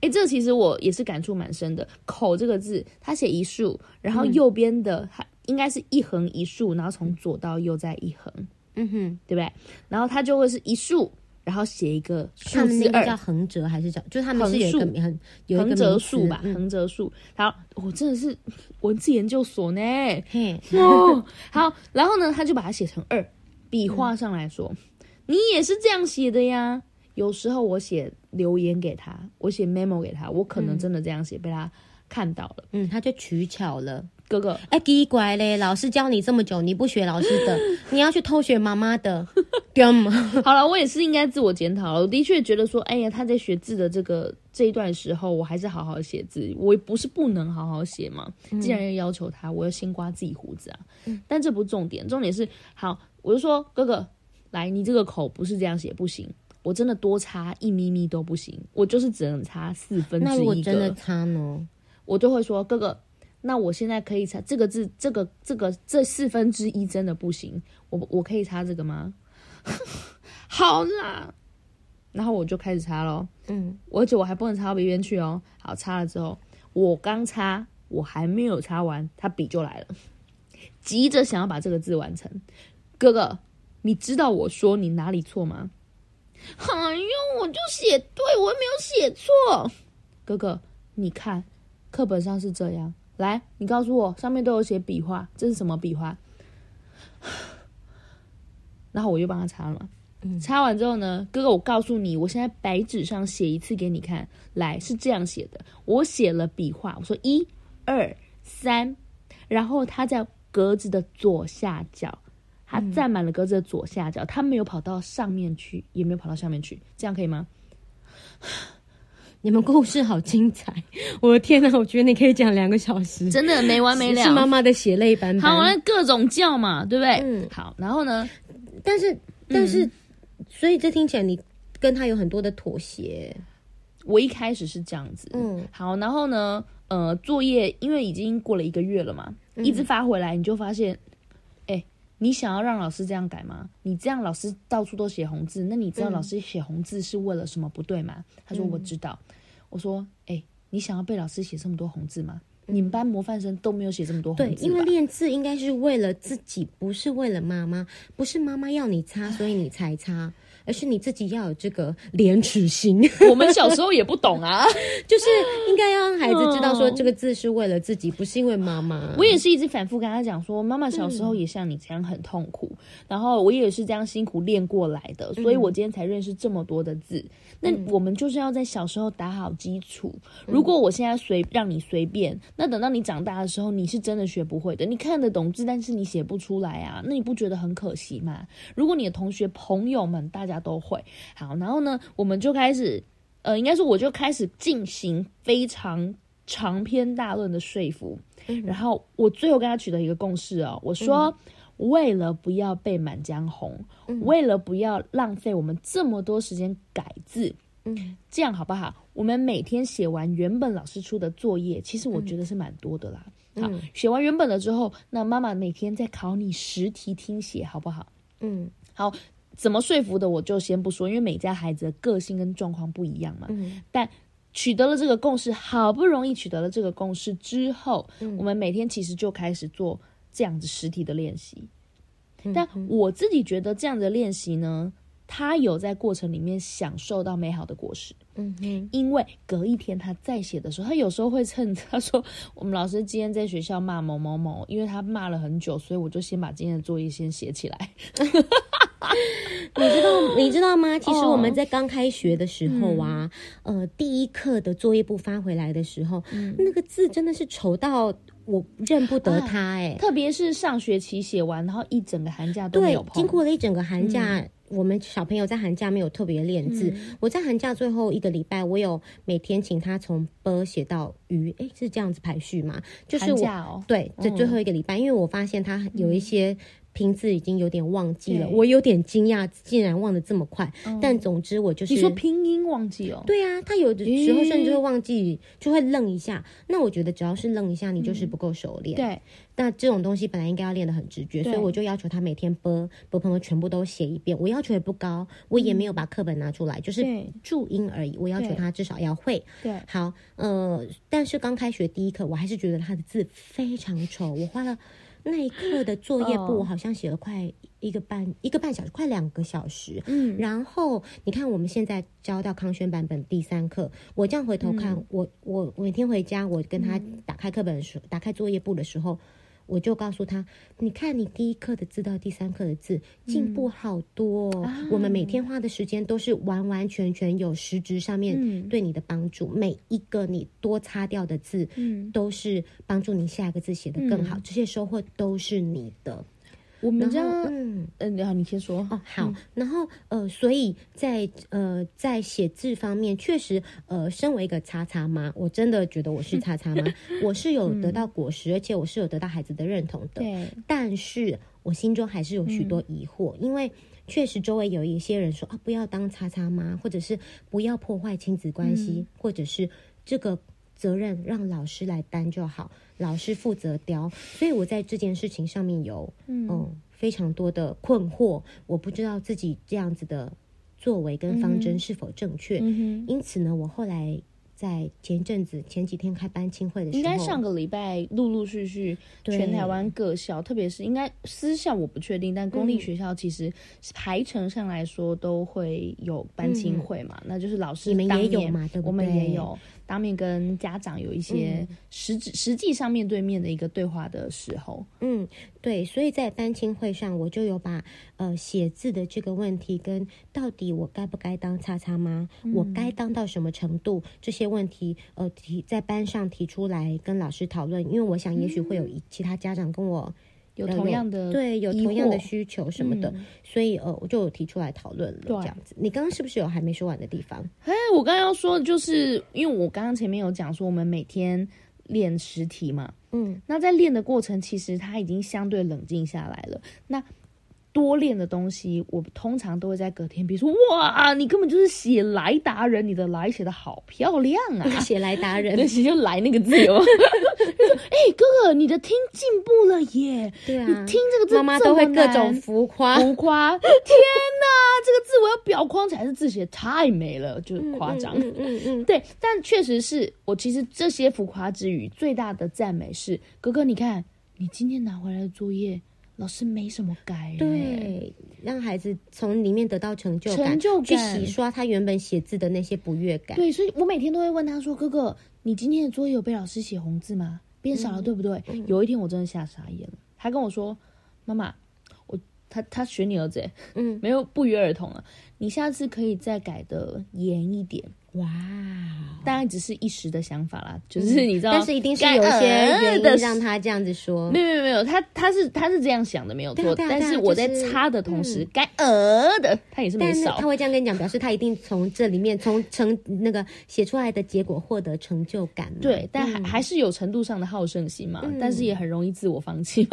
Speaker 2: 哎，这其实我也是感触蛮深的。口这个字，它写一竖，然
Speaker 1: 嗯
Speaker 2: 后右边的它应该是一横一竖，然后从左到右再一横，
Speaker 1: 嗯哼，
Speaker 2: 对不对？然后它就会是一竖，然后写一个
Speaker 1: 他
Speaker 2: 数
Speaker 1: 们
Speaker 2: 字
Speaker 1: 那个叫
Speaker 2: 二，
Speaker 1: 横折还是叫，就是他们是有一个
Speaker 2: 横竖
Speaker 1: 名很有一个
Speaker 2: 横折
Speaker 1: 名
Speaker 2: 数
Speaker 1: 词
Speaker 2: 吧，
Speaker 1: 嗯
Speaker 2: 横折数。好，我真的是文字研究所呢。
Speaker 1: 嘿，
Speaker 2: 哦，好，然后呢，他就把它写成二，笔画上来说，你也是这样写的呀。有时候我写留言给他，我写 memo 给他，我可能真的这样写，被他看到了。
Speaker 1: 嗯，他就取巧了。
Speaker 2: 哥哥，
Speaker 1: 哎，奇怪嘞，老师教你这么久，你不学老师的，你要去偷学妈妈的，干嘛？
Speaker 2: 好了，我也是应该自我检讨了。我的确觉得说，哎呀，他在学字的这个这一段时候，我还是好好写字，我也不是不能好好写嘛。
Speaker 1: 嗯
Speaker 2: 既然要要求他，我要先刮自己胡子啊。但这不是重点，重点是，好，我就说哥哥，来，你这个口不是这样写，不行。我真的多擦一咪咪都不行，我就是只能擦四分
Speaker 1: 那
Speaker 2: 之
Speaker 1: 如果
Speaker 2: 一
Speaker 1: 真的
Speaker 2: 个，
Speaker 1: 差呢？
Speaker 2: 我就会说哥哥，那我现在可以擦这个字，这个这个这四分之一真的不行，我我可以擦这个吗？ 好啦，然后我就开始擦咯。
Speaker 1: 嗯，
Speaker 2: 而且我还不能擦到别边去哦。好，擦了之后，我刚擦，我还没有擦完，他笔就来了，急着想要把这个字完成。哥哥，你知道我说你哪里错吗？哎呦，我就写对，我又没有写错。哥哥，你看，课本上是这样。来，你告诉我，上面都有写笔画，这是什么笔画？ 然后我就帮他擦了嘛。擦完之后呢，哥哥，我告诉你，我现在白纸上写一次给你看，来是这样写的，我写了笔画，我说一、二、三，然后它在格子的左下角，它占满了格子的左下角，它没有跑到上面去，也没有跑到下面去，这样可以吗？
Speaker 1: 你们故事好精彩， 我的天哪，我觉得你可以讲两个小时，
Speaker 4: 真的没完没
Speaker 1: 是妈
Speaker 4: 了。
Speaker 1: 妈的血泪斑
Speaker 4: 好，我
Speaker 1: 斑。
Speaker 4: 们各种叫嘛，对不对？
Speaker 1: 嗯
Speaker 4: 好，然后呢？
Speaker 1: 但是，但是，所以这听起来你跟他有很多的妥协。
Speaker 2: 我一开始是这样子，
Speaker 1: 嗯
Speaker 2: 好，然后呢，呃，作业因为已经过了一个月了嘛，
Speaker 1: 嗯
Speaker 2: 一直发回来，你就发现，哎、你想要让老师这样改吗？你这样老师到处都写红字，那你知道
Speaker 1: 嗯
Speaker 2: 老师写红字是为了什么不对吗？他说我知道，我说，哎、你想要被老师写这么多红字吗？你们班模范生都没有写这么多
Speaker 1: 嗯对
Speaker 2: 红，字
Speaker 1: 因为
Speaker 2: 吧？
Speaker 1: 练字应该是为了自己，不是为了妈妈，不是妈妈要你擦，所以你才擦，而是你自己要有这个廉耻心，
Speaker 2: 我们小时候也不懂啊。
Speaker 1: 就是应该要让孩子知道说这个字是为了自己，不是因为妈妈。
Speaker 2: 我也是一直反复跟他讲说，妈妈小时候也像你这样很痛苦，然后我也是这样辛苦练过来的，所以我今天才认识这么多的字。那我们就是要在小时候打好基础。如果我现在随让你随便，那等到你长大的时候，你是真的学不会的。你看得懂字，但是你写不出来啊，那你不觉得很可惜吗？如果你的同学朋友们大家都会，好，然后呢，我们就开始，呃，应该说我就开始进行非常长篇大论的说服。然后我最后跟他取得一个共识哦，我说，为了不要被《满江红》为了不要浪费我们这么多时间改字，
Speaker 1: 嗯
Speaker 2: 这样好不好？我们每天写完原本老师出的作业，其实我觉得是蛮多的啦。好，写完原本了之后，那妈妈每天再考你十题听写，好不好？
Speaker 1: 嗯
Speaker 2: 好，怎么说服的我就先不说，因为每家孩子的个性跟状况不一样嘛。
Speaker 1: 嗯
Speaker 2: 但取得了这个共识，好不容易取得了这个共识之后，我们每天其实就开始做这样子实体的练习。但我自己觉得这样的练习呢，他有在过程里面享受到美好的果实，
Speaker 1: 嗯嗯
Speaker 2: 因为隔一天他再写的时候，他有时候会趁他说我们老师今天在学校骂某某某，因为他骂了很久，所以我就先把今天的作业先写起来。
Speaker 1: 你知道你知道吗？其实我们在刚开学的时候啊，呃，第一课的作业簿发回来的时候，那个字真的是丑到我认不得它哎、
Speaker 2: 特别是上学期写完，然后一整个寒假都没
Speaker 1: 对
Speaker 2: 有，碰。嗯
Speaker 1: 经过了一整个寒假。我们小朋友在寒假没有特别练字，我在寒假最后一个礼拜，我有每天请他从“b” 写到“鱼”，诶，是这样子排序吗？就是
Speaker 2: 寒
Speaker 1: 我
Speaker 2: 假哦，
Speaker 1: 对，这最后一个礼拜，因为我发现他有一些拼字已经有点忘记了，
Speaker 2: 对
Speaker 1: 我有点惊讶，竟然忘得这么快。但总之我就是
Speaker 2: 嗯你说拼音忘记哦？
Speaker 1: 对啊，他有的时候甚至会忘记，就会愣一下。那我觉得只要是愣一下，你就是不够熟练。，
Speaker 2: 对，
Speaker 1: 那这种东西本来应该要练得很直觉，所以
Speaker 2: 对
Speaker 1: 我就要求他每天播播朋友全部都写一遍。我要求也不高，我也没有把课本拿出来，就是
Speaker 2: 嗯对
Speaker 1: 注音而已。我要求
Speaker 2: 对
Speaker 1: 他至少要会。
Speaker 2: 对
Speaker 1: 好，呃，但是刚开学第一课，我还是觉得他的字非常丑。我花了那一课的作业簿，
Speaker 2: 哦
Speaker 1: 我好像写了快一个半一个半小时，快两个小时。
Speaker 2: 嗯，
Speaker 1: 然后你看，我们现在教到康轩版本第三课，我这样回头看，
Speaker 2: 嗯
Speaker 1: 我我我每天回家，我跟他打开课本的时候，打开作业簿的时候，我就告诉他，你看你第一课的字到第三课的字进步好多、哦
Speaker 2: 啊
Speaker 1: 我们每天花的时间都是完完全全有实质上面
Speaker 2: 嗯
Speaker 1: 对你的帮助，每一个你多擦掉的字，
Speaker 2: 嗯
Speaker 1: 都是帮助你下一个字写得更好，这些收获都是你的。
Speaker 2: 我们家
Speaker 1: 然后，嗯。
Speaker 2: 嗯，然后你先说。
Speaker 1: 哦，好，然后呃，所以在呃在写字方面，确实呃，身为一个叉叉妈，我真的觉得我是叉叉妈，我是有得到果实，而且我是有得到孩子的认同的。
Speaker 2: 对，
Speaker 1: 但是我心中还是有许
Speaker 2: 嗯
Speaker 1: 多疑惑，因为确实周围有一些人说啊，不要当叉叉妈，或者是不要破坏亲子关
Speaker 2: 嗯
Speaker 1: 系，或者是这个责任让老师来担就好，老师负责雕。所以我在这件事情上面有嗯、非常多的困惑，我不知道自己这样子的作为跟方针是否正确。
Speaker 2: 嗯哼，
Speaker 1: 因此呢，我后来在前一阵子前几天开班亲会的时候，
Speaker 2: 应该上个礼拜陆陆续续
Speaker 1: 对
Speaker 2: 全台湾各校，特别是应该私校我不确定，但公立学校其实排程上来说都会有班亲会嘛，那就是老师
Speaker 1: 你们
Speaker 2: 当
Speaker 1: 也有
Speaker 2: 面
Speaker 1: 嘛对不
Speaker 2: 我们
Speaker 1: 对
Speaker 2: 也有当面跟家长有一些实质实际上面对面的一个对话的时候，
Speaker 1: 嗯，对，所以在班亲会上，我就有把呃写字的这个问题跟到底我该不该当叉叉妈，我该
Speaker 2: 嗯
Speaker 1: 当到什么程度这些问题，呃提在班上提出来跟老师讨论，因为我想也许会有一其他家长跟我
Speaker 2: 嗯有
Speaker 1: 呃
Speaker 2: 同样的
Speaker 1: 对有
Speaker 2: 疑
Speaker 1: 同样的
Speaker 2: 惑嗯
Speaker 1: 需求什么的，所以呃我就有提出来讨论了这样子。你刚刚是不是有还没说完的地 方？
Speaker 2: 哎，我刚刚要说，的就是因为我刚刚前面有讲说，我们每天练实体嘛，
Speaker 1: 嗯，
Speaker 2: 那在练的过程，其实他已经相对冷静下来了。那多练的东西，我通常都会在隔天，比如说，哇，你根本就是写来达人，你的来写的好漂亮啊！
Speaker 1: 写来达人
Speaker 2: 那写就来那个字 有没有就说哎、哥哥，你的听进步了耶！
Speaker 1: 对啊，
Speaker 2: 听这个字
Speaker 1: 妈妈都会各种
Speaker 2: 浮
Speaker 1: 浮夸， 嗯
Speaker 2: 浮夸。啊 天哪，这个字我要裱框起来，这字写得太美了，就是夸张。
Speaker 1: 嗯嗯嗯，
Speaker 2: 对，但确实是我其实这些浮夸之余，最大的赞美是哥哥，你看你今天拿回来的作业，老师没什么改、欸，，
Speaker 1: 对，让孩子从里面得到成就感，
Speaker 2: 成就
Speaker 1: 去
Speaker 2: 感
Speaker 1: 洗刷他原本写字的那些不悦感。
Speaker 2: 对，所以我每天都会问他说，哥哥，你今天的作业有被老师写红字吗？变少了，对不对？有一天我真的吓傻眼了，他跟我说，妈妈，我他他学你儿子、欸，
Speaker 1: 嗯，
Speaker 2: 没有不约而同了，你下次可以再改的严一点。
Speaker 1: 哇，
Speaker 2: 当然只是一时的想法啦，就是你知道，呃
Speaker 1: 但是一定是有一些
Speaker 2: 感
Speaker 1: 原
Speaker 2: 恩
Speaker 1: 因
Speaker 2: 的
Speaker 1: 让他这样子说
Speaker 2: 没。有没有没有，他他是他是这样想的，没有
Speaker 1: 对啊
Speaker 2: 错。
Speaker 1: 对啊
Speaker 2: 但
Speaker 1: 对
Speaker 2: 是
Speaker 1: 啊就
Speaker 2: 我在
Speaker 1: 是
Speaker 2: 擦的同时，该呃的他也是没
Speaker 1: 但是
Speaker 2: 少
Speaker 1: 他。会这样跟你讲，表示他一定从这里面从成那个写出来的结果获得成就感嘛。
Speaker 2: 对，但
Speaker 1: 嗯
Speaker 2: 还还是有程度上的好胜心嘛，但是也很容易自我放弃。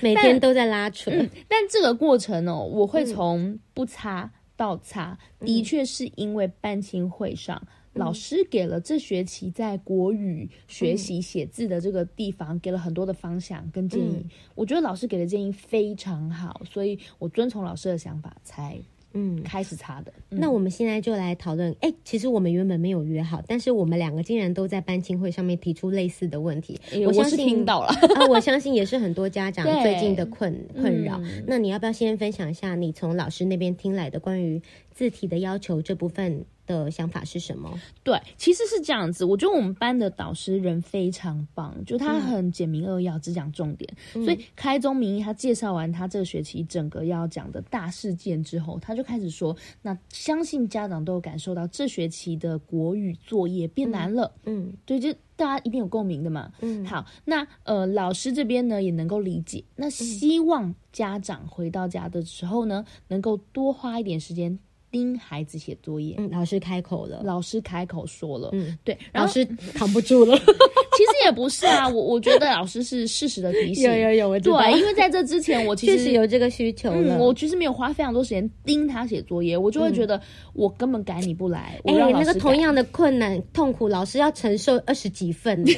Speaker 1: 每天都在拉扯。
Speaker 2: 但这个过程哦，我
Speaker 1: 嗯
Speaker 2: 会从不擦到擦，的确是因为班亲会上。
Speaker 1: 嗯
Speaker 2: 老师给了这学期在国语学习写字的这个地方，给了很多的方向跟
Speaker 1: 嗯
Speaker 2: 建议。我觉得老师给的建议非常好，所以我遵从老师的想法才
Speaker 1: 嗯，
Speaker 5: 开始查的。
Speaker 1: 那我们现在就来讨论，哎、其实我们原本没有约好，但是我们两个竟然都在班亲会上面提出类似的问题。
Speaker 5: 哎
Speaker 1: 我
Speaker 5: 我
Speaker 1: 相
Speaker 5: 是
Speaker 1: 信
Speaker 5: 听到了，
Speaker 1: 啊，我相信也是很多家长
Speaker 5: 对
Speaker 1: 最近的困
Speaker 2: 嗯
Speaker 1: 困扰。那你要不要先分享一下你从老师那边听来的关于字体的要求这部分的想法是什么？
Speaker 5: 对，
Speaker 2: 其实是这样子，我觉得我们班的导师人非常棒，就他
Speaker 1: 嗯
Speaker 2: 很简明扼要，只讲重点。所以开宗明义，他介绍完他这个学期整个要讲的大事件之后，他就开始说：“那相信家长都有感受到，这学期的国语作业变难了。
Speaker 1: 嗯
Speaker 2: 对，就大家一定有共鸣的嘛。
Speaker 1: 嗯，
Speaker 2: 好，那呃，老师这边呢也能够理解，
Speaker 1: 嗯
Speaker 2: 那希望家长回到家的时候呢，能够多花一点时间盯孩子写作业。
Speaker 1: 嗯，老师开口了，
Speaker 2: 老师开口说了，
Speaker 1: 嗯，
Speaker 2: 对，然
Speaker 1: 老
Speaker 2: 后
Speaker 1: 师扛不住了，
Speaker 2: 其实也不是啊，我我觉得老师是适时的提醒，
Speaker 1: 有，我
Speaker 2: 对，因为在这之前我其
Speaker 1: 确
Speaker 2: 实
Speaker 1: 实有这个需求了。哎
Speaker 2: 嗯，我其实没有花非常多时间盯他写作业，我就会觉得我根本改你不来，
Speaker 1: 哎、
Speaker 2: 我让老
Speaker 1: 那
Speaker 2: 师
Speaker 1: 个
Speaker 2: 改
Speaker 1: 同样的困难痛苦，老师要承受二十几份呢、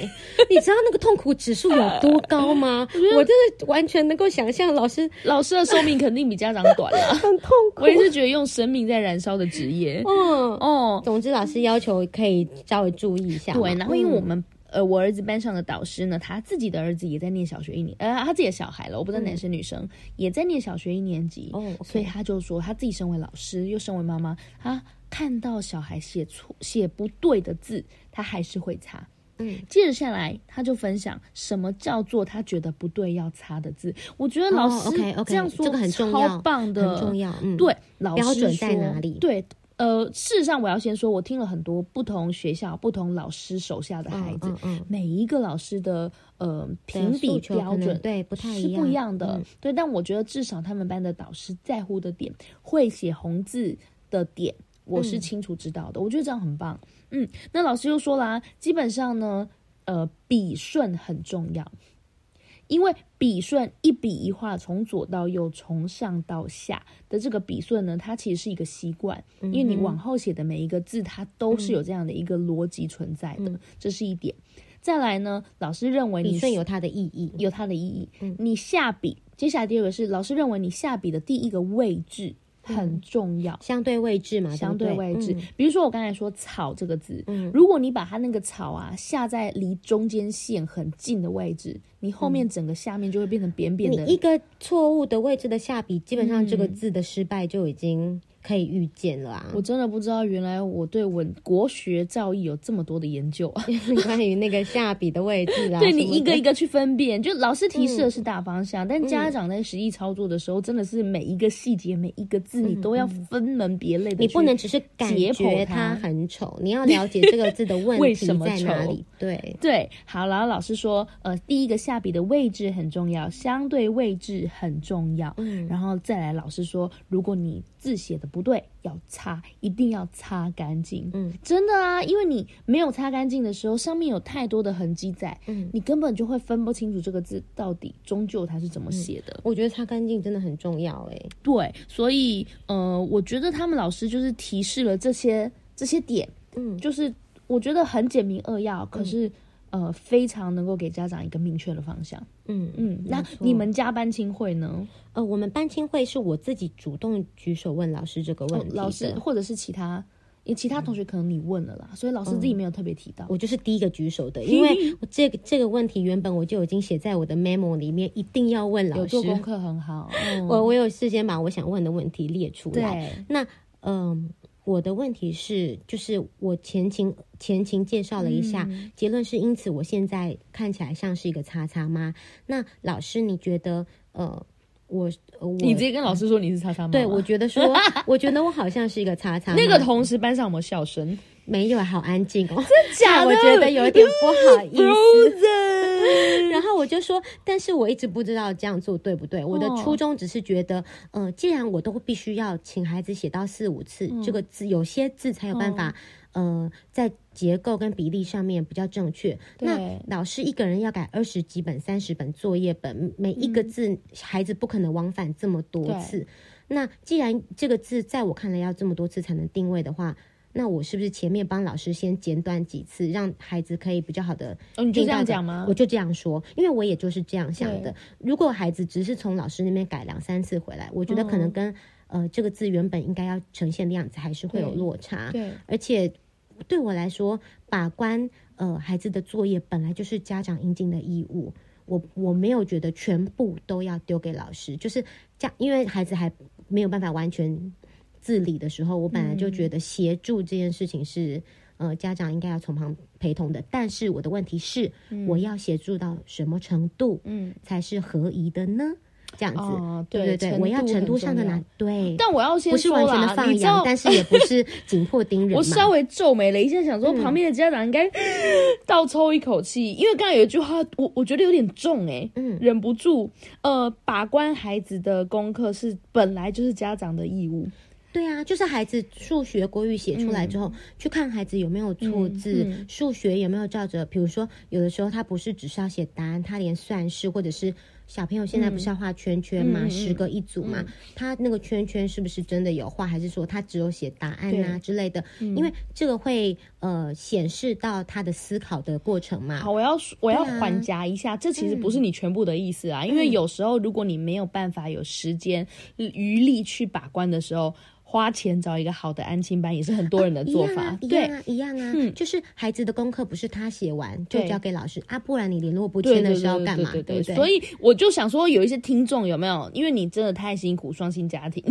Speaker 1: 你知道那个痛苦指数有多高 吗？我真的完全能够想象老师。
Speaker 2: 老师的寿命肯定比家长短啦
Speaker 1: 很痛苦
Speaker 2: 我。也是觉得用生命在燃烧的职业，
Speaker 1: 嗯，
Speaker 2: 哦，
Speaker 1: 总之老师要求可以稍微注意一下嘛。嗯
Speaker 2: 对，然后因为我们、呃，我儿子班上的导师呢，他自己的儿子也在念小学一年，呃，他自己的小孩了，我不知道男生女生，也在念小学一年级，
Speaker 1: 嗯哦，OK
Speaker 2: 所以他就说他自己身为老师又身为妈妈，他看到小孩写错写不对的字，他还是会擦。
Speaker 1: 嗯，
Speaker 2: 接着下来，他就分享什么叫做他觉得不对要擦的字。我觉得老
Speaker 1: 哦
Speaker 2: 师
Speaker 1: ，OK，OK，
Speaker 2: 这样说、
Speaker 1: 这个很重要
Speaker 2: 超棒的，
Speaker 1: 很重要嗯
Speaker 2: 对，老师
Speaker 1: 标准在
Speaker 2: 说
Speaker 1: 哪里
Speaker 2: 对，呃，事实上我要先说，我听了很多不同学校、不同老师手下的孩子，
Speaker 1: 嗯嗯嗯
Speaker 2: 每一个老师的呃评
Speaker 1: 诉
Speaker 2: 比
Speaker 1: 求可
Speaker 2: 标
Speaker 1: 能
Speaker 2: 准
Speaker 1: 对不太
Speaker 2: 是
Speaker 1: 一
Speaker 2: 不
Speaker 1: 样嗯
Speaker 2: 一样的。对，但我觉得至少他们班的导师在乎的点，会写红字的点，我
Speaker 1: 嗯
Speaker 2: 是清楚知道的。我觉得这样很棒。嗯，那老师又说啦、基本上呢，呃，笔顺很重要。因为笔顺一笔一画，从左到右，从上到下的这个笔顺呢，它其实是一个习惯，
Speaker 1: 嗯
Speaker 2: 因为你往后写的每一个字，它都是有这样的一个逻辑存在的，这是一点。再来呢，老师认为
Speaker 1: 理
Speaker 2: 你
Speaker 1: 嗯顺
Speaker 2: 是
Speaker 1: 有它的意义。
Speaker 2: 有它的意义。
Speaker 1: 嗯
Speaker 2: 你下笔，接下来第二个是老师认为你下笔的第一个位置很重要。
Speaker 1: 相对位置嘛，
Speaker 2: 相
Speaker 1: 嗯对
Speaker 2: 对
Speaker 1: 不
Speaker 2: 位置，
Speaker 1: 嗯
Speaker 2: 比如说我刚才说“草”这个字，如果你把它那个“草”啊下在离中间线很近的位置，你后面整个下面就会变成扁扁的。
Speaker 1: 嗯你一个错误的位置的下笔，基本上这个字的失败就已经可以预见了啊
Speaker 2: 我。真的不知道，原来我对文国学造诣有这么多的 研究啊！
Speaker 1: 关于那个下笔的位置啊，
Speaker 2: 对你
Speaker 1: 什么
Speaker 2: 一个
Speaker 1: 的嗯
Speaker 2: 一个去分辨，就老师提示的是大方向，但家长在实际操作的时候，真的是每一个细节、每一个字，你都要分门别类
Speaker 1: 嗯
Speaker 2: 的。
Speaker 1: 你不能只是感
Speaker 2: 解
Speaker 1: 觉
Speaker 2: 剖
Speaker 1: 它
Speaker 2: 它
Speaker 1: 很丑，你要了解这个字的问
Speaker 2: 为
Speaker 1: 题
Speaker 2: 什么
Speaker 1: 在哪
Speaker 2: 丑
Speaker 1: 里。对，
Speaker 2: 对，好，然后老师说，呃，第一个下笔的位置很重要，相对位置很重要。嗯，然后再来，老师说，如果你字写的不对，要擦，一定要擦干净。
Speaker 1: 嗯，
Speaker 2: 真的啊，因为你没有擦干净的时候，上面有太多的痕迹在，嗯，你根本就会分不清楚这个字到底终究它是怎么写的。
Speaker 1: 我觉得擦干净真的很重要哎、
Speaker 2: 对，所以呃，我觉得他们老师就是提示了这些这些点，
Speaker 1: 嗯
Speaker 2: 就是我觉得很简明扼要，可是、呃，非常能够给家长一个明确的方向。
Speaker 1: 嗯
Speaker 2: 嗯，那
Speaker 1: 错
Speaker 2: 你们家班亲会呢？
Speaker 1: 呃，我们班亲会是我自己主动举手问老师这个问题、
Speaker 2: 哦老师，或者是其他，也其他同学可能你问了啦，所以老师自己没有特别提到。
Speaker 1: 我就是第一个举手的，因为我这个这个问题原本我就已经写在我的 memo 里面，一定要问老
Speaker 2: 有
Speaker 1: 师
Speaker 2: 做。功课很 好，嗯
Speaker 1: 我我有事先把我想问的问题列出来。
Speaker 2: 对，
Speaker 1: 那嗯、我的问题是，就是我前情前情介绍了一下，
Speaker 2: 嗯
Speaker 1: 结论是，因此我现在看起来像是一个叉叉妈。那老师，你觉得呃，我我
Speaker 2: 你直接跟老师说你是叉叉妈妈。
Speaker 1: 对我觉得 说，我觉得我好像是一个叉叉妈。
Speaker 2: 那个同时班上有没有笑声？
Speaker 1: 没有，好安静哦，
Speaker 2: 假的
Speaker 1: 我觉得有点不好意思。
Speaker 2: Frozen
Speaker 1: 然后我就说，但是我一直不知道这样做对不对。我的初衷只是觉得，呃，既然我都必须要请孩子写到四五次，这个字有些字才有办法，呃，在结构跟比例上面比较正确。那
Speaker 2: 对
Speaker 1: 老师一个人要改二十几本、三十本作业本，每一个字、孩子不可能往返这么多次。那既然这个字在我看来要这么多次才能定位的话，那我是不是前面帮老师先简短几次，让孩子可以比较好的？
Speaker 2: 哦，你就这样讲吗
Speaker 1: 我？就这样说，因为我
Speaker 2: 嗯
Speaker 1: 也就是这样想的。如果孩子只是从老师那边改两三次回来，我觉得可能跟呃，这个字原本应该要呈现的样子，还是会有
Speaker 2: 对
Speaker 1: 落差。
Speaker 2: 对，
Speaker 1: 而且对我来说，把关呃孩子的作业本来就是家长应尽的义务。我我没有觉得全部都要丢给老师，就是家，因为孩子还没有办法完全自理的时候，我本来就
Speaker 2: 嗯
Speaker 1: 觉得协助这件事情是、呃家长应该要从旁陪同的。但是我的问题是，
Speaker 2: 嗯
Speaker 1: 我要协助到什么程度，嗯，才是合宜的呢？这样子，
Speaker 2: 哦
Speaker 1: 对
Speaker 2: 对
Speaker 1: 对，
Speaker 2: 程
Speaker 1: 我要
Speaker 2: 度
Speaker 1: 程
Speaker 2: 很
Speaker 1: 度上的
Speaker 2: 重
Speaker 1: 哪
Speaker 2: 要
Speaker 1: 对，
Speaker 2: 但我要先
Speaker 1: 不是
Speaker 2: 说
Speaker 1: 完全
Speaker 2: 啦
Speaker 1: 的放
Speaker 2: 啊你知道
Speaker 1: 养，但是也不是紧迫盯 人嘛。
Speaker 4: 我稍微皱眉了一下，想说
Speaker 1: 嗯
Speaker 4: 旁边的家长应 该倒抽一口气，因为刚才有一句话，我我觉得有点重哎、
Speaker 2: 欸
Speaker 1: 嗯
Speaker 4: 忍不住。呃，把关孩子的功课是本来就是家长的义务，
Speaker 1: 对啊，就是孩子数学、国语写
Speaker 2: 嗯
Speaker 1: 出来之后，去看孩子有没有错字，数学有没有照着。比如说，有的时候他不是只是要写答案，他连算式或者是小朋友现在不
Speaker 2: 嗯
Speaker 1: 是要画圈圈嘛，十个一组嘛，他那个圈圈是不是真的有画，还是说他只有写答案啊之类的？
Speaker 2: 嗯
Speaker 1: 因为这个会呃显示到他的思考的过程嘛。
Speaker 2: 好，我要说我要
Speaker 1: 啊
Speaker 2: 缓夹一下，这其实
Speaker 1: 嗯
Speaker 2: 不是你全部的意思啊，因为有时候如果你没有办法有时间呃余力去把关的时候，花钱找一个好的安亲班也是很多人的
Speaker 1: 一
Speaker 2: 做
Speaker 1: 样
Speaker 2: 法。
Speaker 1: 啊，一
Speaker 2: 对
Speaker 1: 样，
Speaker 2: 嗯
Speaker 1: 啊，一样啊，就是孩子的功课不是他写完就
Speaker 2: 对
Speaker 1: 交给老师啊，不然你联络不
Speaker 2: 对
Speaker 1: 清
Speaker 2: 对
Speaker 1: 的时
Speaker 2: 对
Speaker 1: 候
Speaker 2: 对
Speaker 1: 干嘛？
Speaker 2: 对
Speaker 1: 对不对？
Speaker 2: 所以我就想说，有一些听众有没有？因为你真的太辛苦，双薪家庭，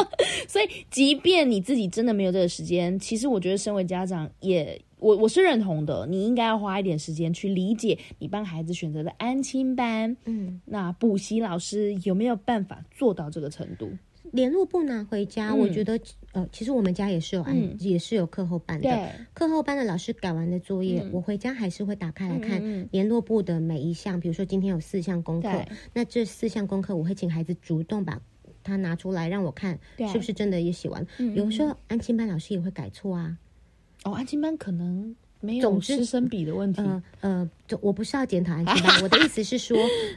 Speaker 2: 所以即便你自己真的没有这个时间，其实我觉得身为家长也。我我是认同的，你应该要花一点时间去理解你帮孩子选择的安亲班，
Speaker 1: 嗯，
Speaker 2: 那补习老师有没有办法做到这个程度？
Speaker 1: 联络簿拿回家，
Speaker 2: 嗯
Speaker 1: 我觉得呃，其实我们家也是有安，也是有课后班的。课后班的老师改完的作
Speaker 2: 嗯
Speaker 1: 业，我回家还是会打开来看联络簿的每一项，比如说今天有四项功课
Speaker 2: 对，
Speaker 1: 那这四项功课我会请孩子主动把。它拿出来让我看，是不是真的也写完？
Speaker 2: 嗯
Speaker 1: 有时候安亲班老师也会改错啊。
Speaker 2: 哦，安亲班可能没有
Speaker 1: 总之
Speaker 2: 师生比的问题，
Speaker 1: 呃呃，就我不是要检讨安亲班，我的意思是 说，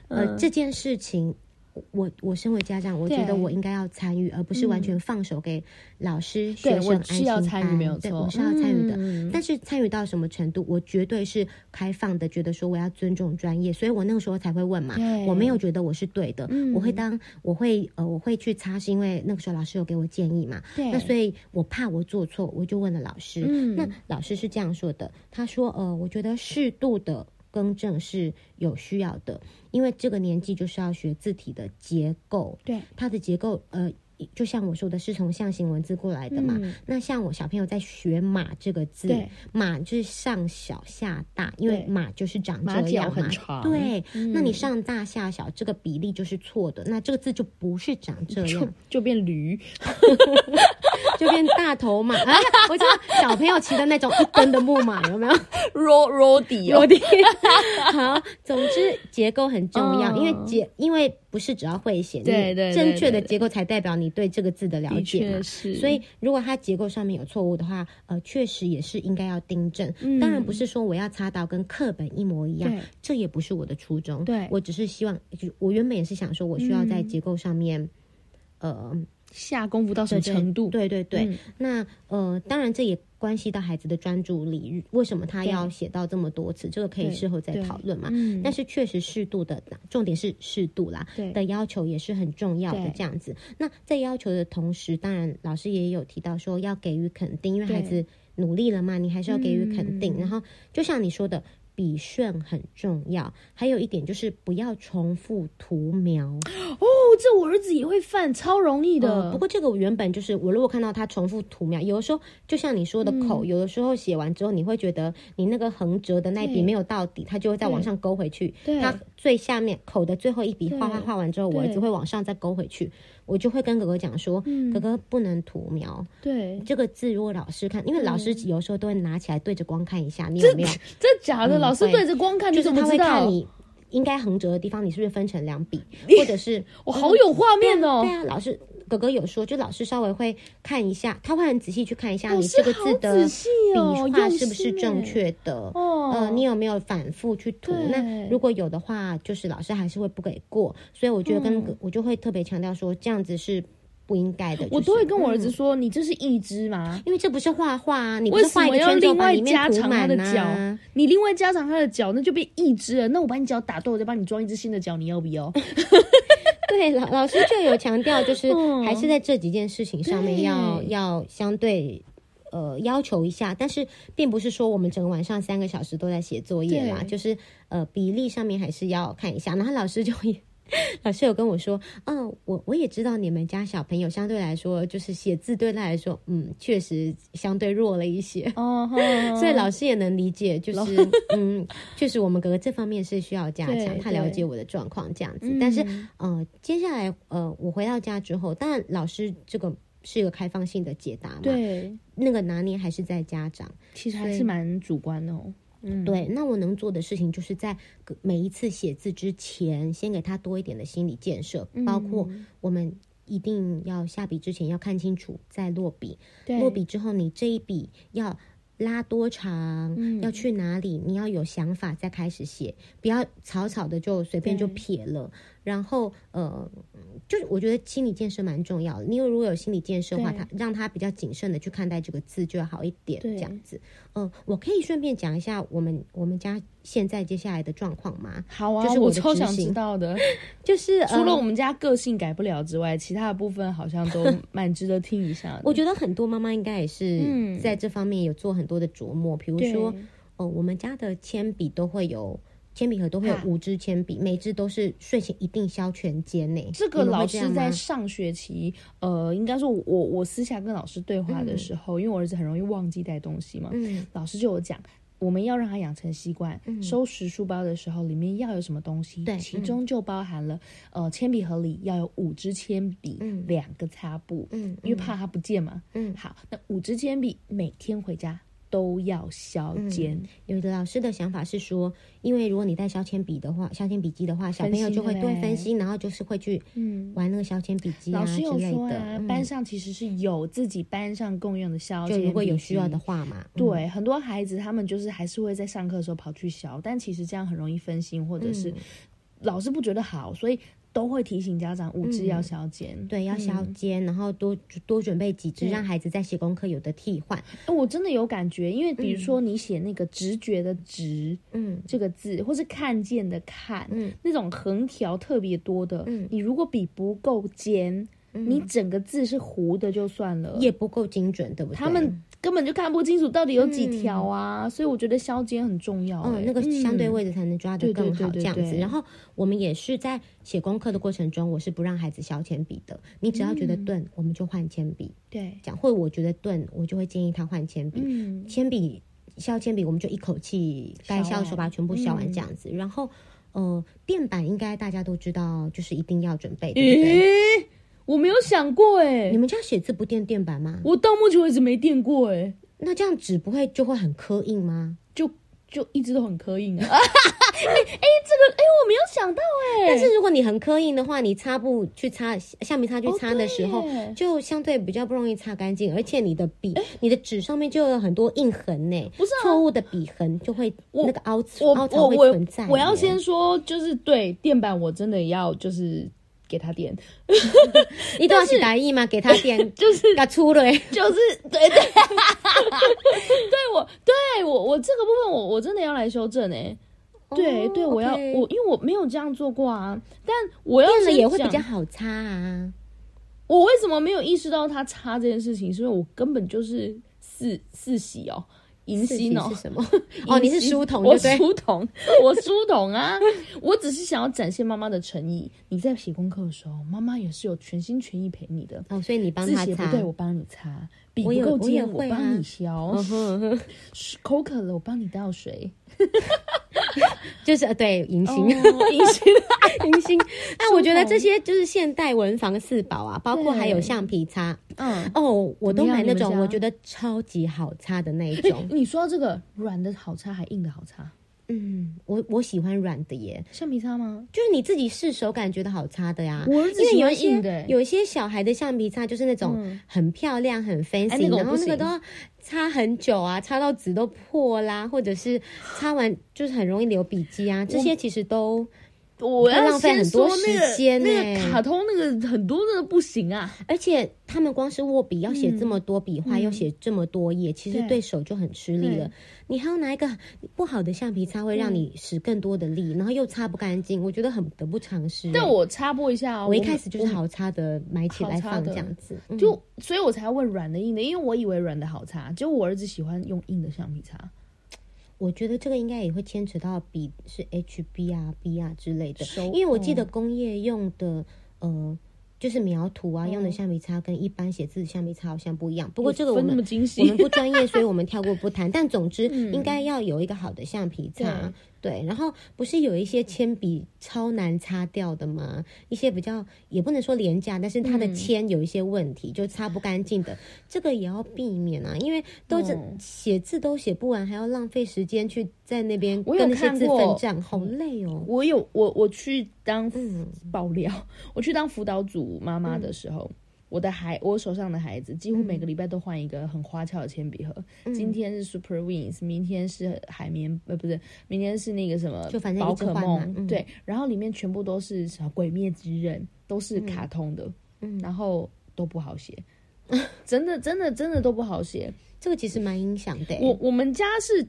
Speaker 1: 呃，这件事情，我我身为家长，我觉得
Speaker 2: 对嗯
Speaker 1: 我应该要参与，而不是完全放手给老师、学
Speaker 2: 对
Speaker 1: 生
Speaker 2: 我
Speaker 1: 安
Speaker 2: 是要
Speaker 1: 亲
Speaker 2: 参与
Speaker 1: 班
Speaker 2: 没有
Speaker 1: 对
Speaker 2: 错嗯
Speaker 1: 我是要参与的。但是参与到什么程度，我绝对是开放的，觉得说我要尊重专业，所以我那个时候才会问嘛，我没有觉得我是对的，
Speaker 2: 嗯
Speaker 1: 我会当我会呃我会去擦，是因为那个时候老师有给我建议嘛，
Speaker 2: 对嗯
Speaker 1: 那所以我怕我做错，我就问了老师。那老师是这样说的，他说：“呃，我觉得适度的更正是有需要的，因为这个年纪就是要学字体的结构，
Speaker 2: 对
Speaker 1: 它的结构，呃。”就像我说的，是从象形文字过来的嘛。那像我小朋友在学“马”这个字
Speaker 2: 嗯对，
Speaker 1: 马就是上小下大，因为
Speaker 2: 对
Speaker 1: 马就是长
Speaker 2: 马
Speaker 1: 这
Speaker 2: 脚
Speaker 1: 样
Speaker 2: 很
Speaker 1: 嘛
Speaker 2: 长嗯
Speaker 1: 对，那你上大下小这个比例就是错的，那这个字就不是长这样。
Speaker 2: 就变驴，
Speaker 1: 就变大头马 啊！我知道小朋友骑的那种一根的木马，有没有？
Speaker 2: 罗罗底哦
Speaker 1: 有，点好。总之，结构很重要，
Speaker 2: 嗯
Speaker 1: 因为结，因为不是只要会写，
Speaker 2: 对
Speaker 1: 你
Speaker 2: 对对
Speaker 1: 正确的结构才代表你对这个字的了
Speaker 2: 的
Speaker 1: 解嘛
Speaker 2: 确。是，
Speaker 1: 所以，如果它结构上面有错误的话，呃，确实也是应该要订正。当然不是说我要擦到跟课本一模一样
Speaker 2: 嗯对，
Speaker 1: 这也不是我的初衷。
Speaker 2: 对
Speaker 1: 我只是希望，我原本也是想说，我需要在结构上面，呃，
Speaker 2: 下功夫到什么
Speaker 1: 对
Speaker 2: 程度？
Speaker 1: 对对对，
Speaker 2: 嗯
Speaker 1: 那呃，当然这也关系到孩子的专注力，为什么他要写到这么多次，这个可以
Speaker 2: 对
Speaker 1: 事后再
Speaker 2: 对
Speaker 1: 讨论嘛。但是确实适度的，重点是适度啦
Speaker 2: 嗯对
Speaker 1: 的要求也是很重要的
Speaker 2: 对
Speaker 1: 这样子。那在要求的同时，当然老师也有提到说要给予肯定，因为孩子努力了嘛，你还是要给予肯
Speaker 2: 嗯
Speaker 1: 定。然后就像你说的。笔顺很重要，还有一点就是不要重复涂描。
Speaker 2: 哦，这我儿子也会犯，超容易的。
Speaker 1: 呃，不过这个我原本就是我如果看到它重复涂描，有的时候就像你说的
Speaker 2: 嗯
Speaker 1: 口，有的时候写完之后，你会觉得你那个横折的那一笔
Speaker 2: 对
Speaker 1: 没有到底，它就会再往上勾回去。
Speaker 2: 对
Speaker 1: 它最下面口的最后一笔画画
Speaker 2: 对
Speaker 1: 画完之后，我儿
Speaker 2: 对
Speaker 1: 子会往上再勾回去，我就会跟哥哥讲说，
Speaker 2: 嗯
Speaker 1: 哥哥不能涂描
Speaker 2: 对，
Speaker 1: 这个字，如果老师看，因为老师
Speaker 2: 嗯
Speaker 1: 有时候都会拿起来对着光看一下，你 有没有？
Speaker 2: 真假的？
Speaker 1: 嗯
Speaker 2: 老师
Speaker 1: 会
Speaker 2: 对着光看，
Speaker 1: 就是
Speaker 2: 你怎么
Speaker 1: 他
Speaker 2: 知
Speaker 1: 会看
Speaker 2: 道？
Speaker 1: 你。应该横折的地方，你是不是分成两笔，或者是
Speaker 2: 我好有画面哦
Speaker 1: 对！啊，老师哥哥有说，就老师稍微会看一下，他会很仔细去看一下
Speaker 2: 老
Speaker 1: 你
Speaker 2: 师
Speaker 1: 这个
Speaker 2: 好
Speaker 1: 字的
Speaker 2: 仔细哦
Speaker 1: 笔画
Speaker 2: 用
Speaker 1: 是不是
Speaker 2: 心
Speaker 1: 正
Speaker 2: 耶
Speaker 1: 确的。
Speaker 2: 哦
Speaker 1: 呃，你有没有反复去涂？那
Speaker 2: 对
Speaker 1: 如果有的
Speaker 2: 嗯
Speaker 1: 话，就是老师还是会不给过，所以我觉得跟、我就会特别强调说，这样子是不应该的、就是
Speaker 2: 我都会跟我儿
Speaker 1: 嗯
Speaker 2: 子说：“你这是一只吗？
Speaker 1: 因为这不是画画啊，你不
Speaker 2: 为
Speaker 1: 是
Speaker 2: 什
Speaker 1: 画一
Speaker 2: 么
Speaker 1: 个
Speaker 2: 要
Speaker 1: 圈就
Speaker 2: 另
Speaker 1: 把
Speaker 2: 外
Speaker 1: 里面
Speaker 2: 加
Speaker 1: 涂
Speaker 2: 长它
Speaker 1: 满
Speaker 2: 的脚
Speaker 1: 啊？？
Speaker 2: 你另外加长它的脚，那就变一只了。那我把你脚打断，我再帮你装一只新的脚，你要不 要？
Speaker 1: 对，老老师就有强调，就是还是在这几件事情上面要
Speaker 2: 嗯对
Speaker 1: 要相对。呃，要求一下，但是并不是说我们整个晚上三个小时都在写作业啦，
Speaker 2: 对
Speaker 1: 就是呃比例上面还是要看一下。 然后老师就也，老师有跟我说，嗯，我我也知道你们家小朋友相对来说，就是写字对他来说，嗯，确实相对弱了一些。
Speaker 2: 哦，
Speaker 1: 所以老师也能理 解，就是嗯，确实我们哥哥这方面是需要加强，
Speaker 2: 对嗯
Speaker 1: 他了
Speaker 2: 对
Speaker 1: 解我的状况这样子。但是呃，接下来呃，我回到家之后，当然老师这个是一个开放性的解答嘛，
Speaker 2: 对，
Speaker 1: 那个拿捏还是在家长。
Speaker 2: 其实还是蛮主观的哦。
Speaker 1: 对，那我能做的事情就是在个每一次写字之前，先给他多一点的心理建设，包括
Speaker 2: 嗯
Speaker 1: 我们一定要下笔之前要看清楚再落笔，落笔之后你这一笔要。拉多长，
Speaker 2: 嗯
Speaker 1: 要去哪里？你要有想法再开始写，不要草草的就随便就撇了。然后，呃，就是我觉得心理建设蛮重要的。你如果有心理建设的话，
Speaker 2: 对
Speaker 1: 他让他比较谨慎的去看待这个字就好一点，
Speaker 2: 对
Speaker 1: 这样子。嗯，我可以顺便讲一下我们我们家现在接下来的状况吗？
Speaker 2: 好啊，
Speaker 1: 就是我
Speaker 2: 我
Speaker 1: 的
Speaker 2: 超
Speaker 1: 执
Speaker 2: 想
Speaker 1: 行
Speaker 2: 知道的。
Speaker 1: 就是
Speaker 2: 除了我
Speaker 1: 呃、
Speaker 2: 们家个性改不了之外，其他的部分好像 都蛮值得听一下的。
Speaker 1: 我觉得很多妈妈应该也是
Speaker 2: 嗯
Speaker 1: 在这方面有做很多的琢磨，比如
Speaker 2: 对
Speaker 1: 说，哦，我们家的铅笔都会有。铅笔盒都会有
Speaker 2: 啊
Speaker 1: 五支铅笔，每支都是睡前一定削全尖呢。
Speaker 2: 这个
Speaker 1: 你们会
Speaker 2: 老
Speaker 1: 样
Speaker 2: 师
Speaker 1: 吗
Speaker 2: 在上学期，呃，应该说我我私下跟老师对话的时候，因为我儿子很容易忘记带东西嘛，
Speaker 1: 嗯
Speaker 2: 老师就有讲。我们要让他养成习惯，收拾书包的时候里面要有什么东西，
Speaker 1: 对嗯
Speaker 2: 其中就包含了，呃，铅笔盒里要有五支铅笔，
Speaker 1: 嗯
Speaker 2: 两个擦布，
Speaker 1: 嗯
Speaker 2: 因为怕它不见嘛。
Speaker 1: 嗯
Speaker 2: 好，那五支铅笔每天回家都要削
Speaker 1: 嗯
Speaker 2: 尖，嗯
Speaker 1: 有的老师的想法是说，因为如果你带削铅笔的话，削铅笔机的话，小朋友就会
Speaker 2: 分心
Speaker 1: 多
Speaker 2: 对
Speaker 1: 分心，然后就是会去玩那个削铅笔机啊
Speaker 2: 老师
Speaker 1: 嗯之
Speaker 2: 有
Speaker 1: 类
Speaker 2: 说
Speaker 1: 的。
Speaker 2: 啊，
Speaker 1: 嗯
Speaker 2: 班上其实是有自己班上共用的削
Speaker 1: 就
Speaker 2: 铅笔
Speaker 1: 如果有需要的
Speaker 2: 机。
Speaker 1: 话嘛，嗯，
Speaker 2: 对，很多孩子他们就是还是会在上课的时候跑去削，但其实这样很容易分心，或者
Speaker 1: 嗯
Speaker 2: 是老师不觉得好，所以都会提醒家长五支
Speaker 1: 嗯
Speaker 2: 要削尖。
Speaker 1: 对，要削
Speaker 2: 嗯
Speaker 1: 尖，然后多多准备几支，让孩子在写功课有的替换。
Speaker 2: 哎，我真的有感觉，因为比如说你写那个直觉的直，
Speaker 1: 嗯，
Speaker 2: 这个字，或是看见的看，
Speaker 1: 嗯
Speaker 2: 那种横条特别多的，
Speaker 1: 嗯
Speaker 2: 你如果笔不够尖，你整个字是糊的就算了，
Speaker 1: 也不嗯够精准，对不对？
Speaker 2: 他们根本就看不清楚到底有几条啊，所以我觉得削尖很重要、欸，
Speaker 1: 嗯，那个相对位置才能抓得更好，
Speaker 2: 对对对对
Speaker 1: 这样子。
Speaker 2: 对
Speaker 1: 然后我们也是在写功课的过程中，我是不让孩子削铅笔的。你只要觉得
Speaker 2: 嗯
Speaker 1: 钝，我们就换铅笔。
Speaker 2: 对，
Speaker 1: 讲，或者我觉得钝，我就会建议他换铅笔。
Speaker 2: 嗯，
Speaker 1: 铅笔削铅笔，我们就一口气该削的时候把它全部削
Speaker 2: 嗯
Speaker 1: 完这样子。然后，呃，垫板应该大家都知道，就是一定要准备，对不对？
Speaker 2: 诶、我没有想过、
Speaker 1: 你
Speaker 2: 哎，
Speaker 1: 们家写字不垫垫板吗？
Speaker 2: 我到目前为止没垫过、哎，
Speaker 1: 那这样纸不会就会很刻印吗？
Speaker 2: 就就一直都很 刻印啊，哎、哎，这个，哎、我没有想到、哎，
Speaker 1: 但是如果你很刻印的话，你擦布去擦橡皮擦去擦的时候，
Speaker 2: 哦对耶
Speaker 1: 就相对比较不容易擦干净，而且你的笔、你的纸上面就有很多印痕呢，
Speaker 2: 不是啊
Speaker 1: 错误的笔痕就会那个凹
Speaker 2: 我
Speaker 1: 凹槽
Speaker 2: 我
Speaker 1: 会
Speaker 2: 我
Speaker 1: 存在耶。
Speaker 2: 我要先说，就是对电板，我真的要就是给 他电，
Speaker 1: 你都要是打意嘛，给他 点
Speaker 2: 就是
Speaker 1: 给他出了。
Speaker 2: 就是对对， 对我对我我这个部分我我真的要来修正哎、对对，我要、
Speaker 1: 哦 OK
Speaker 2: 我因为我没有这样做过啊，但我要
Speaker 1: 变了
Speaker 2: 先
Speaker 1: 也会
Speaker 2: 讲
Speaker 1: 比较。好擦啊。
Speaker 2: 我为什么没有意识到他擦这件事情？是因为我根本就是四四喜哦，迎新哦
Speaker 1: 是，什 么？哦，你是书童
Speaker 2: 我
Speaker 1: 对不对？
Speaker 2: 书童，我书童啊！我只是想要展现妈妈的诚意。你在写功课的时候，妈妈也是有全心全意陪你的。
Speaker 1: 哦，所以你帮
Speaker 2: 字
Speaker 1: 他
Speaker 2: 写不
Speaker 1: 擦
Speaker 2: 对，。我帮你擦；笔
Speaker 1: 我也
Speaker 2: 不够
Speaker 1: 我也
Speaker 2: 尖，我
Speaker 1: 会啊
Speaker 2: 帮你削；口渴了，我帮你倒水。
Speaker 1: 就是呃对迎新，
Speaker 2: 隐形，
Speaker 1: 迎 新。那我觉得
Speaker 2: 书童
Speaker 1: 这些就是现代文房四宝啊，包括还有
Speaker 2: 对
Speaker 1: 橡皮擦。
Speaker 2: 嗯。
Speaker 1: 哦，我都
Speaker 2: 怎么样
Speaker 1: 买那
Speaker 2: 你
Speaker 1: 种
Speaker 2: 们家
Speaker 1: 我觉得超级好擦的那一 种。
Speaker 2: 哎你说到这个软的好擦还硬的好擦，
Speaker 1: 嗯，我我喜欢软的耶，
Speaker 2: 橡皮擦吗？
Speaker 1: 就是你自己试手感觉得好擦的呀。
Speaker 2: 我儿子
Speaker 1: 因为
Speaker 2: 喜
Speaker 1: 有
Speaker 2: 欢
Speaker 1: 一
Speaker 2: 硬的
Speaker 1: 些
Speaker 2: 欸，嗯
Speaker 1: 有一些小孩的橡皮擦就是那种很漂亮、很 fancy，、
Speaker 2: 哎那个我
Speaker 1: 然后那
Speaker 2: 不
Speaker 1: 个
Speaker 2: 行
Speaker 1: 都要擦很久啊，擦到纸都破啦，或者是擦完就是很容易流笔迹啊，这些其实都
Speaker 2: 我要
Speaker 1: 会浪费
Speaker 2: 先
Speaker 1: 很多
Speaker 2: 说那个
Speaker 1: 时间欸呢
Speaker 2: 那个卡通那个很多真的不行啊，
Speaker 1: 而且他们光是握笔要写这么多笔画，要写这么多页，其实
Speaker 2: 嗯对
Speaker 1: 对手就很吃力了
Speaker 2: 对。嗯
Speaker 1: 你还要拿一个不好的橡皮擦，会让你使更多的力，然后又擦不干净，我觉得很得不偿失。
Speaker 2: 但我插播一下啊，
Speaker 1: 我一
Speaker 2: 们
Speaker 1: 开始就是
Speaker 2: 我们
Speaker 1: 好擦的买起来
Speaker 2: 好擦
Speaker 1: 放
Speaker 2: 的
Speaker 1: 这样子，嗯
Speaker 2: 就所以，我才问软的硬的，因为我以为软的好擦，结果我儿子喜欢用硬的橡皮擦。
Speaker 1: 我觉得这个应该也会牵扯到笔是 HB 啊、B 啊之类的
Speaker 2: 手，
Speaker 1: 因为我
Speaker 2: 嗯
Speaker 1: 记得工业用的呃。就是描图
Speaker 2: 嗯
Speaker 1: 啊，用的橡皮擦跟一般写字橡皮擦好像不一样。不过这个我
Speaker 2: 分那
Speaker 1: 们
Speaker 2: 么精细
Speaker 1: 我们不专业，所以我们跳过不谈。但总之，
Speaker 2: 嗯
Speaker 1: 应该要有一个好的橡皮擦。对，然后不是有一些铅笔超难擦掉的吗？一些比较也不能说廉价，但是它
Speaker 2: 嗯
Speaker 1: 的铅有一些问题，就擦不干净的，这个也要避免啊，因为都这
Speaker 2: 嗯
Speaker 1: 写字都写不完，还要浪费时间去在那边
Speaker 2: 我有
Speaker 1: 跟那些
Speaker 2: 看
Speaker 1: 字
Speaker 2: 过嗯
Speaker 1: 奋战，好累哦。嗯
Speaker 2: 我有我我去当爆料， 我去当辅导组妈妈的时候，
Speaker 1: 嗯
Speaker 2: 我的孩我手上的孩子几乎每个礼拜都换一个很花俏的铅笔盒，
Speaker 1: 嗯
Speaker 2: 今天是 Super Wings，明天是海绵呃不是，明天是那个什么
Speaker 1: 就反正
Speaker 2: 宝
Speaker 1: 一直
Speaker 2: 可
Speaker 1: 换嘛
Speaker 2: 梦、
Speaker 1: 嗯
Speaker 2: 对，然后里面全部都是什么鬼灭之刃，都
Speaker 1: 嗯
Speaker 2: 是卡通的，然后都不 好写。真的，真的，真的都不好写。
Speaker 1: 这个其实蛮影响的欸。
Speaker 2: 我我们家是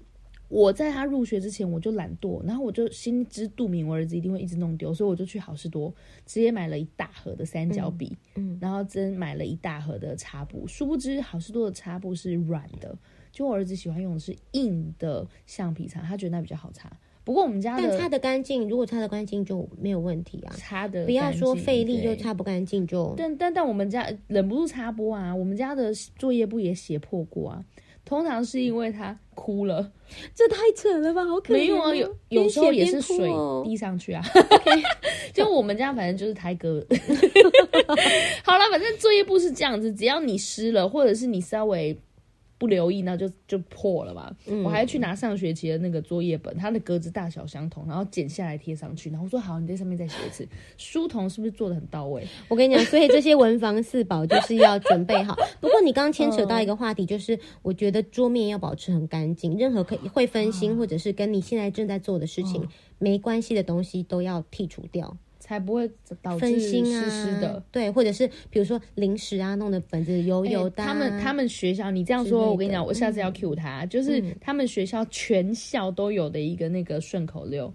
Speaker 2: 我在他入学之前我就懒惰，然后我就心知肚明，我儿子一定会一直弄丢，所以我就去好事多直接买了一大盒的三角笔，嗯，然后真买了一大盒的擦布，殊不知好事多的擦布是软的，就我儿子喜欢用的是硬的橡皮擦，他觉得那比较好擦。不过我们家
Speaker 1: 但擦的
Speaker 2: 的
Speaker 1: 干净，如果擦的干净就没有问题啊。
Speaker 2: 擦的
Speaker 1: 不要
Speaker 2: 干
Speaker 1: 说
Speaker 2: 净
Speaker 1: 费力
Speaker 2: 对
Speaker 1: 又擦不干净就。
Speaker 2: 但但但我们家忍不住插播啊，我们家的作业簿也写破过啊。通常是因为他哭了，
Speaker 1: 这太扯了吧，好可怜哦。
Speaker 2: 没有啊，有
Speaker 1: 边
Speaker 2: 有时候
Speaker 1: 写
Speaker 2: 也
Speaker 1: 边
Speaker 2: 是
Speaker 1: 哭
Speaker 2: 水
Speaker 1: 哦
Speaker 2: 滴上去啊。 就我们家反正就是台哥。 好了，反正作业簿是这样子，只要你湿了，或者是你稍微不留意，那就就破了嘛。
Speaker 1: 嗯
Speaker 2: 我还去拿上学期的那个作业本，它的格子大小相同，然后剪下来贴上去，然后说好，你在上面再写一次。书童是不是做的很到位？
Speaker 1: 我跟你讲，所以这些文房四宝 就是要准备好。不过你刚刚牵扯到一个话题，就是我觉得桌面要保持很干净，任何可以会分心或者是跟你现在正在做的事情没关系的东西都要剔除掉，
Speaker 2: 才不会导致
Speaker 1: 分心啊，
Speaker 2: 湿湿的。
Speaker 1: 对，或者是比如说零食啊，弄得本子油油
Speaker 2: 欸
Speaker 1: 的啊、
Speaker 2: 他们他们学校，你这样
Speaker 1: 之类的
Speaker 2: 说，我跟你讲，我下次要 cue 他，就是他们学校全校都有的一个那个顺口溜。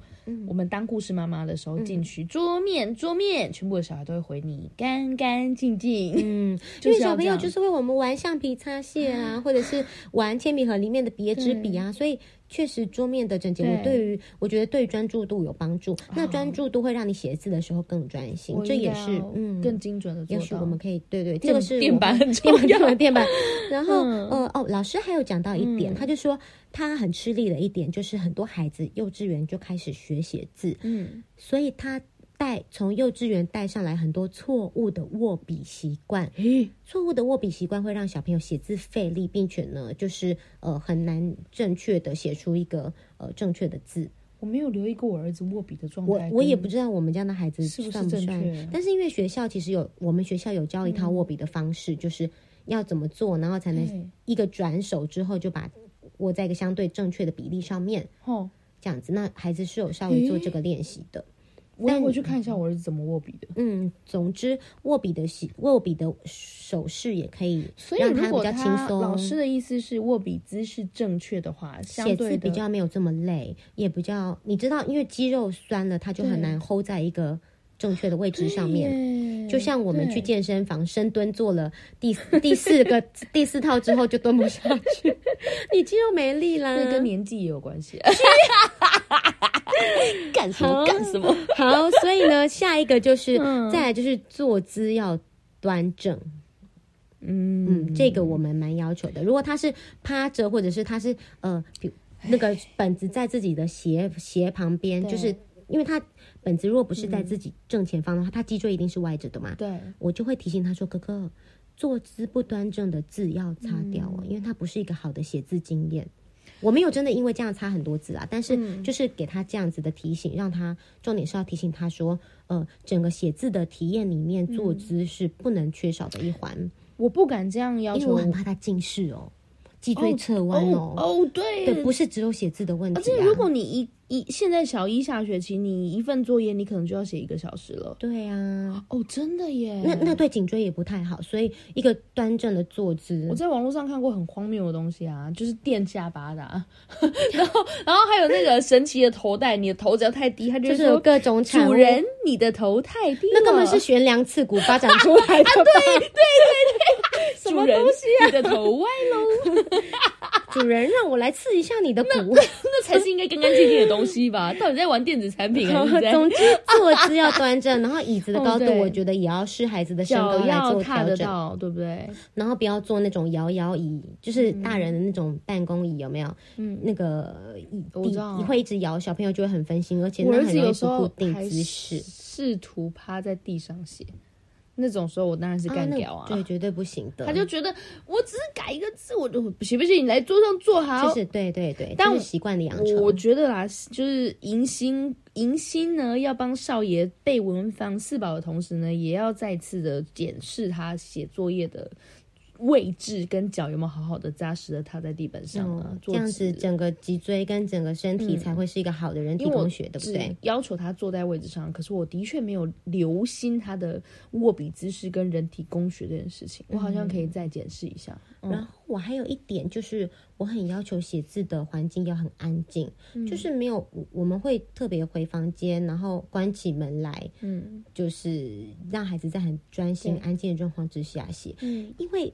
Speaker 2: 我们当故事妈妈的时候进去，桌面桌面，全部的小孩都会回你干干净净。
Speaker 1: 嗯，
Speaker 2: 就
Speaker 1: 因为
Speaker 2: 是要
Speaker 1: 小朋
Speaker 2: 这
Speaker 1: 友
Speaker 2: 样
Speaker 1: 就是为我们玩橡皮擦屑啊，或者是玩铅笔盒里面的别支笔啊，所以确实桌面的整洁，我对于我觉得对于专注度有帮助。
Speaker 2: 哦
Speaker 1: 那专注度会让你写字的时候更专心，这也是嗯，
Speaker 2: 更精准的做
Speaker 1: 也许
Speaker 2: 到。
Speaker 1: 我们可以对对，这个是
Speaker 2: 电
Speaker 1: 我
Speaker 2: 板很重
Speaker 1: 变板变
Speaker 2: 要嗯
Speaker 1: 板变板。然后呃哦，老师还有讲到一点，他就说他很吃力的一点就是很多孩子幼稚园就开始学写字，
Speaker 2: 嗯，
Speaker 1: 所以他带从幼稚园带上来很多错误的握笔习惯。错误的握笔习惯会让小朋友写字费力，并且呢，就是呃很难正确的写出一个呃正确的字。
Speaker 2: 我没有留意过我儿子握笔的状态
Speaker 1: 我
Speaker 2: 跟，
Speaker 1: 我也不知道我们家的孩子
Speaker 2: 哎是不是
Speaker 1: 算不
Speaker 2: 正
Speaker 1: 算，
Speaker 2: 确啊嗯
Speaker 1: 但是因为学校其实有我们学校有教一套握笔的方式，就是要怎么做，然后才
Speaker 2: 对
Speaker 1: 能一个转手之后就把握在一个相对正确的比例上面，
Speaker 2: 哦，
Speaker 1: 这样子，那孩子是有稍微做这个练习的。
Speaker 2: 我要回去看一下我儿子怎么握笔的。
Speaker 1: 嗯，总之握笔的习握笔的手势也可以
Speaker 2: 所以
Speaker 1: 让
Speaker 2: 如
Speaker 1: 比
Speaker 2: 果
Speaker 1: 较轻
Speaker 2: 他
Speaker 1: 松。
Speaker 2: 老师的意思是握笔姿势正确的话，相
Speaker 1: 写字
Speaker 2: 对
Speaker 1: 比
Speaker 2: 的
Speaker 1: 较没有这么累，也比较你知道，因为肌肉酸了，它就很难 hold 在一个正确的位置上面。
Speaker 2: 面
Speaker 1: 就像我们去
Speaker 2: 嗯对
Speaker 1: 健身房深蹲做了第四第四个 第四套之后就蹲不下去， 你肌肉没力啦。
Speaker 2: 那跟年纪也有关 系。
Speaker 4: 干什么干什么？
Speaker 1: 好，所以呢，下一个就是、再来就是坐姿要端正。嗯，这个我们蛮要求的。如果他是趴着，或者是他是呃，比那个本子在自己的斜斜旁边，就是因为他本子如果不是在自己正前方的话，他脊椎一定是歪着的嘛。
Speaker 2: 对，
Speaker 1: 我就会提醒他说：“哥哥，坐姿不端正的字要擦掉
Speaker 2: 嗯
Speaker 1: 哦，因为它不是一个好的写字经验。”我没有真的因为这样擦很多字啊，但
Speaker 2: 嗯
Speaker 1: 是就是给他这样子的提醒，让他重点是要提醒他说，呃，整个写字的体验里面，坐姿是不能缺少的一环，
Speaker 2: 嗯我不敢这样要
Speaker 1: 因为
Speaker 2: 求
Speaker 1: 我很怕他近视哦。脊椎侧弯
Speaker 2: 哦哦，对，
Speaker 1: 对，不是只有写字的问题、
Speaker 2: 而
Speaker 1: 啊。
Speaker 2: 且如果你一一现在小一下学期，你一份作业你可能就要写一个小时了。
Speaker 1: 对啊，
Speaker 2: 哦，真的耶！
Speaker 1: 那那对颈椎也不太好，所以一个端正的坐姿
Speaker 2: 我，在网络上看过很荒谬的东西啊，就是垫下巴的、啊，然后然后还有那个神奇的头带，你的头只要太低，它就
Speaker 1: 就是是有
Speaker 2: 说
Speaker 1: 各种产物
Speaker 2: 主人，你的头太低了，
Speaker 1: 那啊根本是悬梁刺骨发展出来 的吧？
Speaker 2: 什么东西啊？你的头歪喽，
Speaker 1: 主人，让我来刺一下你的骨。
Speaker 2: 那才是应该干干净净的东西 吧？到底在玩电子产 品还是 在？
Speaker 1: 总之，坐姿 要端正，然后椅子的高
Speaker 2: 哦
Speaker 1: 度，
Speaker 2: 对
Speaker 1: 我觉得也要视孩子的身高
Speaker 2: 脚
Speaker 1: 来
Speaker 2: 要
Speaker 1: 做
Speaker 2: 踏
Speaker 1: 调
Speaker 2: 得
Speaker 1: 整，
Speaker 2: 到，对不对？
Speaker 1: 然后不要坐那种摇摇椅，就是大人的那种办公椅，有没有？嗯，那个椅
Speaker 2: 我知道
Speaker 1: 底会一直摇，小朋友就会很分心，而且
Speaker 2: 我
Speaker 1: 那
Speaker 2: 儿
Speaker 1: 很
Speaker 2: 子
Speaker 1: 容易
Speaker 2: 有时
Speaker 1: 不
Speaker 2: 候
Speaker 1: 固定
Speaker 2: 还
Speaker 1: 姿势。啊
Speaker 2: 试图趴在地上写，那种时候我当然是干
Speaker 1: 那
Speaker 2: 掉啊。
Speaker 1: 对，绝对不行的。
Speaker 2: 他就觉得我只是改一个字，我就行不行？你来桌上坐好。
Speaker 1: 就是对对对，
Speaker 2: 但
Speaker 1: 这是习惯的养
Speaker 2: 我
Speaker 1: 成。
Speaker 2: 觉得啦，就是迎新迎新呢，要帮少爷背文房四宝的同时呢，也要再次的检视他写作业的位置跟脚有没有好好的扎实的踏在地板上啊，
Speaker 1: 嗯，这
Speaker 2: 坐
Speaker 1: 样子
Speaker 2: 直
Speaker 1: 整个脊椎跟整个身体才会是一个好的人体
Speaker 2: 因为我
Speaker 1: 工学，对不
Speaker 2: 只
Speaker 1: 对？
Speaker 2: 要求他坐在位置上，可是我的确没有留心他的握笔姿势跟人体工学这件事情，我好像
Speaker 1: 嗯
Speaker 2: 可以再检视一下。
Speaker 1: 然后我还有一点就是，我很要求写字的环境要很安静，就是没有我我们会特别回房间，然后关起门来，
Speaker 2: 嗯
Speaker 1: 就是让孩子在很专心、安静的状况之下写，
Speaker 2: 嗯，
Speaker 1: 因为。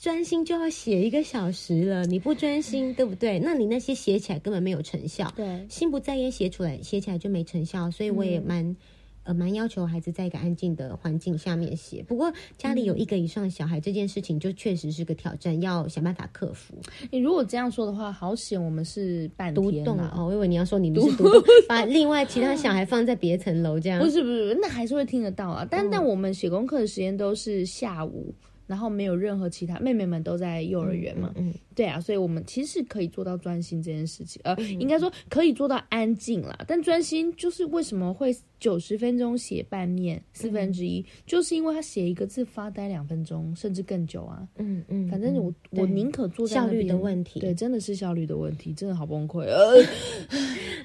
Speaker 1: 专心就要写一个小时了，你不专心，对不对？那你那些写起来根本没有成效，
Speaker 2: 对，
Speaker 1: 心不在焉写出来，写起来就没成效，所以我
Speaker 2: 嗯
Speaker 1: 也蛮、呃蛮要求孩子在一个安静的环境下面写。不过家里有一个以上小孩这件事情，就确实是个挑战，要想办法克服。
Speaker 2: 你如果这样说的话，好险我们是半
Speaker 1: 独
Speaker 2: 天
Speaker 1: 栋
Speaker 2: 啦
Speaker 1: 哦，我以为你要说你们是 独栋，把另外其他小孩放在别层楼这样
Speaker 2: 不。是不是，那还是会听得到啊。但、
Speaker 1: 嗯
Speaker 2: 但我们写功课的时间都是下午，然后没有任何其他妹妹们都在幼儿园嘛，
Speaker 1: 嗯嗯
Speaker 2: 对啊，所以我们其实是可以做到专心这件事情，
Speaker 1: 嗯
Speaker 2: 呃，应该说可以做到安静啦。但专心就是为什么会九十分钟写半面四分之
Speaker 1: 嗯
Speaker 2: 一，就是因为他写一个字发呆两分钟甚至更久啊。
Speaker 1: 嗯嗯，
Speaker 2: 反正我、我宁可坐在
Speaker 1: 效
Speaker 2: 那
Speaker 1: 率的
Speaker 2: 边
Speaker 1: 问题
Speaker 2: 对，真的是效率的问题，真的好崩溃。呃，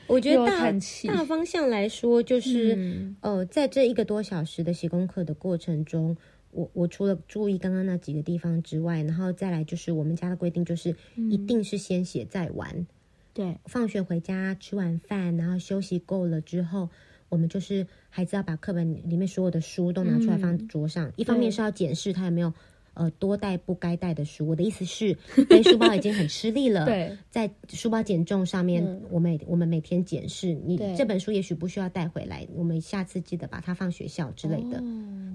Speaker 1: 我觉得
Speaker 2: 又要
Speaker 1: 大
Speaker 2: 叹气
Speaker 1: 大方向来说，就是、
Speaker 2: 嗯
Speaker 1: 呃，在这一个多小时的写功课的过程中，我我除了注意刚刚那几个地方之外，然后再来就是我们家的规定就是、
Speaker 2: 嗯
Speaker 1: 一定是先写再玩。
Speaker 2: 对，
Speaker 1: 放学回家吃完饭，然后休息够了之后，我们就是孩子要把课本里面所有的书都拿出来放桌上，
Speaker 2: 嗯
Speaker 1: 一方面是要检视他有没有。呃，多带不该带的书，我的意思是， 背书包已经很吃力了。
Speaker 2: 对，嗯
Speaker 1: 在书包减重上面，我每我们每天检视，你
Speaker 2: 对
Speaker 1: 这本书也许不需要带回来，我们下次记得把它放学校之类的。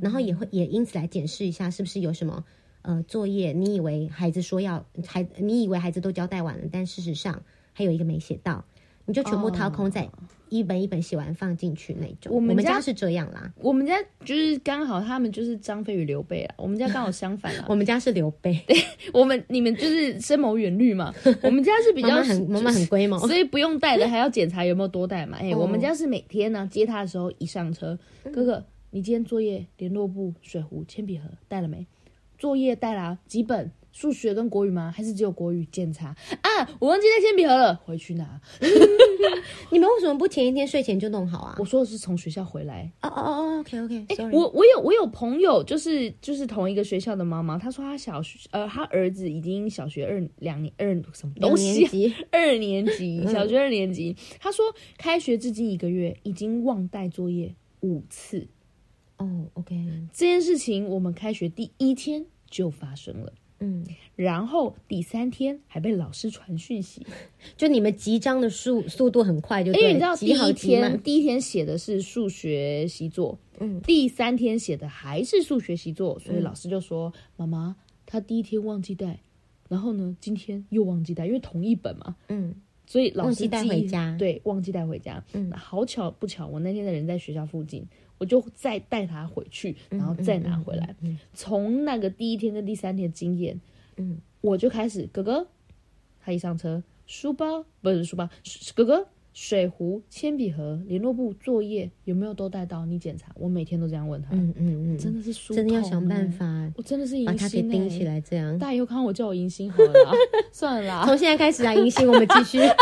Speaker 1: 然后也会也因此来检视一下，是不是有什么呃作业？你以为孩子说要孩，你以为孩子都交代完了，但事实上还有一个没写到，你就全部掏空，再一本一本写完放进去那种。我
Speaker 2: 们
Speaker 1: 们
Speaker 2: 家
Speaker 1: 是这样 啦，
Speaker 2: 我们家就是刚好他们就是张飞与刘备啊，我们家刚好相反啊。
Speaker 1: 我们家是刘 备，
Speaker 2: 我们你们就是深谋远 虑嘛，我们家是比较
Speaker 1: 妈妈很哦妈妈很龟毛，
Speaker 2: 所以不用带的还要检查有没有多带嘛。哎、我们家是每天呢、接他的时候一上车，
Speaker 1: 嗯
Speaker 2: 哥哥，你今天作业、联络簿、水壶、铅笔盒带了没？作业带啦、几本？数学跟国语吗？还是只有国语检查啊？我忘记带铅笔盒了，回去拿。
Speaker 1: 你们为什么不前一天睡前就弄好啊
Speaker 2: 我？说的是从学校回来，
Speaker 1: 哦哦哦，OK OK，
Speaker 2: 我我有我有朋友，就是就是同一个学校的妈妈，她说她小学呃，她儿子已经小学二两年二什么
Speaker 1: 五
Speaker 2: 东西
Speaker 1: 年
Speaker 2: 啊、
Speaker 1: 级，嗯
Speaker 2: 二年级，小学二年级。她说开学至今一个月，已经忘带作业五次。
Speaker 1: 哦，OK，
Speaker 2: 这件事情我们开学第一天就发生了，
Speaker 1: 嗯，
Speaker 2: 然后第三天还被老师传讯息，
Speaker 1: 就你们集章的速速度很快就对了，
Speaker 2: 因为你知道第
Speaker 1: 集好
Speaker 2: 一
Speaker 1: 集满
Speaker 2: 天第一天写的是数学习作，
Speaker 1: 嗯
Speaker 2: 第三天写的还是数学习作，所以老师就说：“妈妈，他第一天忘记带，然后呢，今天又忘记带，因为同一本嘛。”
Speaker 1: 嗯，
Speaker 2: 所以老师
Speaker 1: 忘记带
Speaker 2: 记忆
Speaker 1: 回家
Speaker 2: 对，忘记带回家。嗯，好巧不巧，我那天的人在学校附近，我就再带他回去，
Speaker 1: 嗯
Speaker 2: 然后再拿回来。从那个第一天跟第三天的经验，
Speaker 1: 嗯，
Speaker 2: 我就开始哥哥，他一上车，书包不是书包，是哥哥水壶、铅笔盒、联络簿、作业有没有都带到？你检查。我每天都这样问他，
Speaker 1: 嗯嗯嗯，
Speaker 2: 真的是书、欸
Speaker 1: 真的要想办。法
Speaker 2: 我真的是
Speaker 1: 把
Speaker 2: 迎
Speaker 1: 它给
Speaker 2: 新、欸
Speaker 1: 盯起。来，这样。
Speaker 2: 大家以后看到我叫我迎新好了啦， 算了啦。
Speaker 1: 从现在开始啊，迎新，我们继 续。阿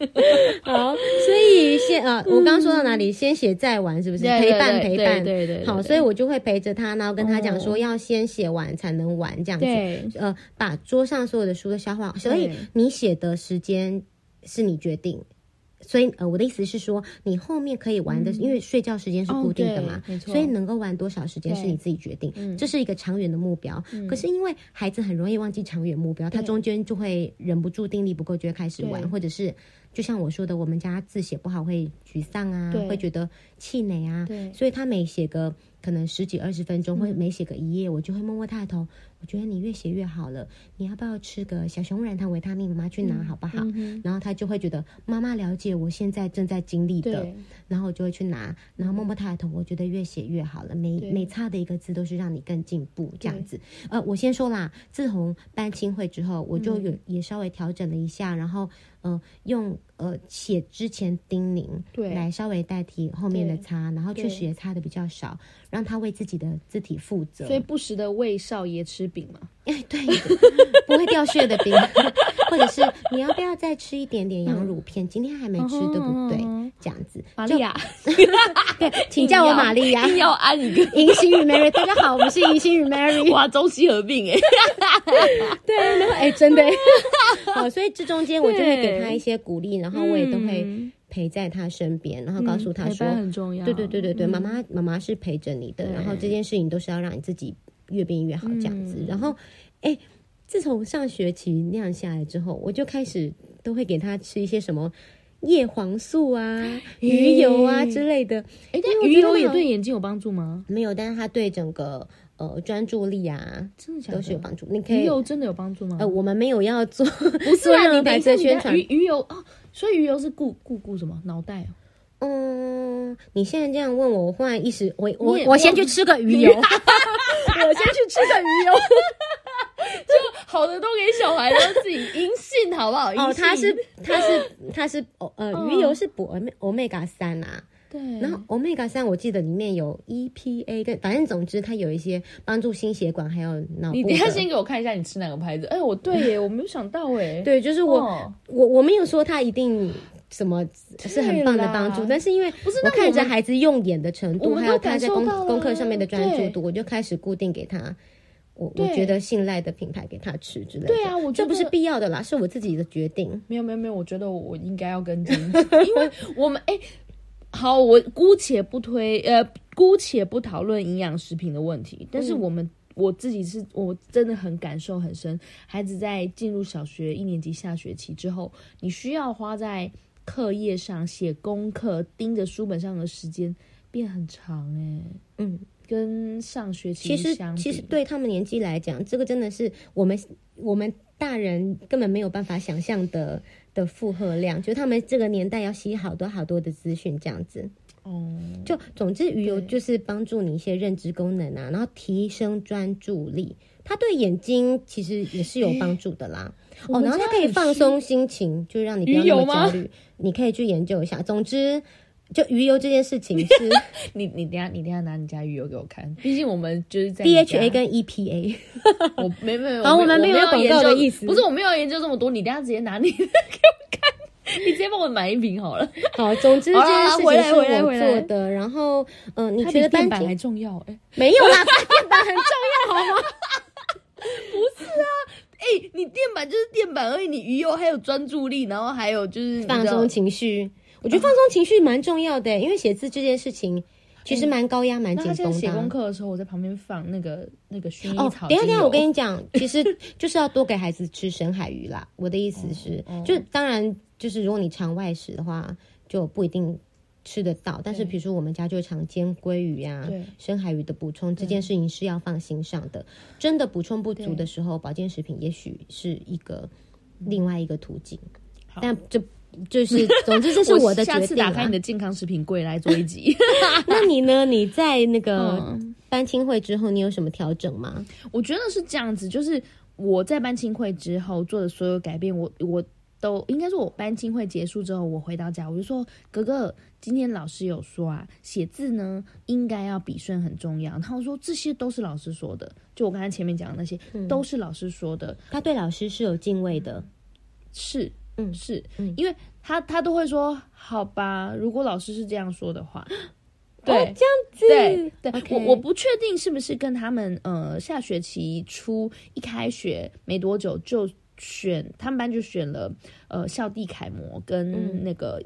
Speaker 1: 银， 好，所以先啊，我刚刚说到哪里？先写再玩，是不是？
Speaker 2: 嗯对
Speaker 1: 陪伴
Speaker 2: 对
Speaker 1: 陪
Speaker 2: 对
Speaker 1: 伴，
Speaker 2: 对对对
Speaker 1: 好，
Speaker 2: 对
Speaker 1: 所以我就会陪着他，然后跟他讲说，
Speaker 2: 哦
Speaker 1: 要先写完才能玩，这样子。
Speaker 2: 对，
Speaker 1: 呃，把桌上所有的书都消化好。所以
Speaker 2: 对
Speaker 1: 你写的时间是你决定。所以，呃，我的意思是说，你后面可以玩的，因为睡觉时间是
Speaker 2: 嗯哦
Speaker 1: 固定的
Speaker 2: 对
Speaker 1: 嘛，
Speaker 2: 没错
Speaker 1: 所以能够玩多少时间是
Speaker 2: 对嗯
Speaker 1: 你自己决定，这是一个长远的目标。可是因为孩子很容易忘记长远目标，他
Speaker 2: 对
Speaker 1: 中间就会忍不住定力不够，就会开始玩，
Speaker 2: 对
Speaker 1: 或者是就像我说的，我们家字写不好会沮丧啊，
Speaker 2: 对
Speaker 1: 会觉得气馁啊，
Speaker 2: 对
Speaker 1: 所以他每写个可能十几二十分钟，或者每写个一页，我就会摸摸他的头，我觉得你越写越好了，你要不要吃个小熊软糖维他命？妈妈去
Speaker 2: 嗯
Speaker 1: 拿好不好？然后他就会觉得妈妈了解我现在正在经历的
Speaker 2: 对，
Speaker 1: 然后我就会去拿，然后摸摸他的头，我觉得越写越好了，每
Speaker 2: 对
Speaker 1: 每差的一个字都是让你更进步这样子。呃，我先说啦，自从班亲会之后，我就
Speaker 2: 嗯
Speaker 1: 有、也稍微调整了一下，然后呃用呃写之前叮咛
Speaker 2: 对
Speaker 1: 来稍微代替后面的
Speaker 2: 对
Speaker 1: 擦，然后确
Speaker 2: 对
Speaker 1: 实也擦的比较少，让他为自己的字体负责。
Speaker 2: 所以不时的喂少爷吃饼嘛。
Speaker 1: 哎，对， 不会掉屑的饼， 或者是你要不要再吃一点点
Speaker 2: 嗯
Speaker 1: 羊乳片？今天还没吃，对不对？这样子，
Speaker 2: 玛利 亚，
Speaker 1: 对，请叫我玛利亚。
Speaker 4: 要安一 个。
Speaker 1: 迎新与 Mary，大家好，我们是迎新与 Mary。
Speaker 4: 哇，中西合并
Speaker 2: 欸
Speaker 4: 哎、
Speaker 1: 对，然后哎，真的，好，所以这中间我就会给他一些鼓励，然
Speaker 2: 嗯
Speaker 1: 后我也都会陪在他身边，然后告诉他说，
Speaker 2: 重要
Speaker 1: 对对对对
Speaker 2: 嗯
Speaker 1: 对，妈妈妈妈是陪着你的，然后这件事情都是要让你自己越变越好这样
Speaker 2: 嗯
Speaker 1: 子。然后，哎、自从上学期那样下来之后，我就开始都会给他吃一些什么叶黄素 啊、鱼油啊之类的。
Speaker 2: 哎，
Speaker 1: 因为我
Speaker 2: 但
Speaker 1: 觉
Speaker 2: 鱼
Speaker 1: 得
Speaker 2: 油也
Speaker 1: 好
Speaker 2: 对眼睛有帮助吗？
Speaker 1: 没有，但是他对整个呃专注力啊
Speaker 2: 真的假的？
Speaker 1: 都是有帮助。你可
Speaker 2: 鱼
Speaker 1: 以
Speaker 2: 油真的有帮助吗？
Speaker 1: 呃，我们没有要做
Speaker 2: 不 是
Speaker 1: 做
Speaker 2: 啊，
Speaker 1: 任
Speaker 2: 你
Speaker 1: 何
Speaker 2: 等
Speaker 1: 白
Speaker 2: 一下
Speaker 1: 色
Speaker 2: 你等
Speaker 1: 宣
Speaker 2: 一下
Speaker 1: 传。
Speaker 2: 鱼鱼油哦，所以鱼油是顾顾顾什么脑袋哦？
Speaker 1: 嗯，你现在这样问我，我忽然一时，我我
Speaker 2: 你也
Speaker 1: 我先去吃个鱼油。
Speaker 2: 我先去吃个鱼油，就 好的都给小孩，然后自己阴性好不好？
Speaker 1: 哦，
Speaker 2: 阴性
Speaker 1: 它是它是它是哦呃，
Speaker 2: 嗯
Speaker 1: 鱼油是补 ome- omega 三啊，
Speaker 2: 对，
Speaker 1: 然后 omega 三我记得里面有 EPA 跟，反正总之它有一些帮助心血管还有脑
Speaker 2: 你
Speaker 1: 部
Speaker 2: 等一下
Speaker 1: 的。
Speaker 2: 先给我看一下你吃哪个牌子？哎，我 对耶，我没有想到哎，
Speaker 1: 对，就是我、
Speaker 2: 哦
Speaker 1: 我我没有说它一定什么是很棒的帮助，
Speaker 2: 啦
Speaker 1: 但是因为
Speaker 2: 是
Speaker 1: 我
Speaker 2: 那
Speaker 1: 看
Speaker 2: 我
Speaker 1: 着
Speaker 2: 们
Speaker 1: 孩子用眼的程
Speaker 2: 我
Speaker 1: 度，
Speaker 2: 们
Speaker 1: 还
Speaker 2: 都
Speaker 1: 有他
Speaker 2: 感
Speaker 1: 在
Speaker 2: 受
Speaker 1: 功
Speaker 2: 到了
Speaker 1: 功课上面的专注
Speaker 2: 对
Speaker 1: 度，我就开始固定给他。我我
Speaker 2: 对
Speaker 1: 觉得信赖的品牌给他吃之类的，
Speaker 2: 对啊我
Speaker 1: 这
Speaker 2: 觉
Speaker 1: 不是
Speaker 2: 得
Speaker 1: 必要的啦，是我自己的决定。
Speaker 2: 没有没有没有，我觉得我应该要跟进，因为我们 哎、好，我姑且不推，呃，姑且不讨论营养食品的问题，但是我们、我自己是我真的很感受很深，孩子在进入小学一年级下学期之后，你需要花在课业上、写功课、盯着书本上的时间变很长哎、
Speaker 1: 嗯，
Speaker 2: 跟上学期
Speaker 1: 其实
Speaker 2: 相比，
Speaker 1: 其实对他们年纪来讲，这个真的是我们我们大人根本没有办法想象的的负荷量，就是他们这个年代要吸好多好多的资讯，这样子。
Speaker 2: 哦，
Speaker 1: 就总之，鱼油
Speaker 2: 对
Speaker 1: 就是帮助你一些认知功能啊，然后提升专注力。它对眼睛其实也是有帮助的啦。哦，
Speaker 2: 嗯我们
Speaker 1: 然后它
Speaker 2: 家
Speaker 1: 可以
Speaker 2: 很
Speaker 1: 放
Speaker 2: 需
Speaker 1: 松心情，就让你不要
Speaker 2: 鱼
Speaker 1: 那
Speaker 2: 油
Speaker 1: 么焦
Speaker 2: 吗
Speaker 1: 虑。你可以去研究一下。总之，就鱼油这件事情 是
Speaker 2: 你你等一下你等一下拿你家鱼油给我看，毕竟我们就是在你家
Speaker 1: DHA 跟 E EPA。
Speaker 2: 我没没有，
Speaker 1: 好我们没
Speaker 2: 没
Speaker 1: 有
Speaker 2: 有
Speaker 1: 广告
Speaker 2: 研
Speaker 1: 的
Speaker 2: 究
Speaker 1: 意思
Speaker 2: 不是我没有研究这么多，你等一下直接拿你的给我看，你直接帮我买一瓶 好了。
Speaker 1: 好，哦总之
Speaker 2: 好
Speaker 1: 这
Speaker 2: 啦
Speaker 1: 件
Speaker 2: 好啦
Speaker 1: 事
Speaker 2: 回
Speaker 1: 情
Speaker 2: 来
Speaker 1: 是
Speaker 2: 回来
Speaker 1: 我
Speaker 2: 回来
Speaker 1: 做的。然后，嗯、你
Speaker 2: 它
Speaker 1: 觉
Speaker 2: 比
Speaker 1: 得
Speaker 2: 电
Speaker 1: 班
Speaker 2: 板还
Speaker 1: 级
Speaker 2: 重要哎
Speaker 1: 没有啊 啦？电板很重要，好吗？
Speaker 2: 哎，你电板就是电板而已，你鱼油还有专注力，然后还有就是你
Speaker 1: 放
Speaker 2: 知道嗯
Speaker 1: 松情绪，我觉得放松情绪蛮重要的、因为写字这件事情其实蛮高压、蛮
Speaker 2: 那
Speaker 1: 紧
Speaker 2: 他现在
Speaker 1: 绷
Speaker 2: 写
Speaker 1: 的
Speaker 2: 功
Speaker 1: 啊。
Speaker 2: 课的时候，我在旁边放那个那个薰
Speaker 1: 哦
Speaker 2: 衣，
Speaker 1: 等
Speaker 2: 草精
Speaker 1: 一下
Speaker 2: 油。
Speaker 1: 等一下，我跟你 讲，其实就是要多给孩子吃深海鱼啦。
Speaker 2: 哦
Speaker 1: 我的意思是，就当然就是如果你常外食的话，就不一定吃得到。但是比如说我们家就常煎鲑鱼呀、
Speaker 2: 对
Speaker 1: 深海鱼的补充，这件事情是要放心上的。真的补充不足的时候，保健食品也许是一个另外一个途径，但这。就是，总之这 是我的决定啊
Speaker 2: 下
Speaker 1: 啦。
Speaker 2: 次打开你的健康食品柜来做一集。
Speaker 1: 那你呢？你在那 个
Speaker 2: 嗯
Speaker 1: 班亲会之后，你有什么调整吗？
Speaker 2: 我觉得是这样子，就是我在班亲会之后做的所有改变，我我都应该说，我班亲会结束之后，我回到家，我就说：“哥哥，今天老师有说啊，写字呢应该要笔顺很重要。”然后说这些都是老师说的，就我刚才前面讲的那些、都是老师说的，
Speaker 1: 他对老师是有敬畏的，
Speaker 2: 是，
Speaker 1: 嗯
Speaker 2: 是，
Speaker 1: 嗯
Speaker 2: 因为他他都会说：“好吧，如果老师是这样说的话。”
Speaker 1: 哦
Speaker 2: 对，
Speaker 1: 这样子，
Speaker 2: 对
Speaker 1: OK
Speaker 2: 我我不确定是不是跟他们呃下学期初一开学没多久就选他们班就选了呃校地楷模跟
Speaker 1: 嗯
Speaker 2: 那个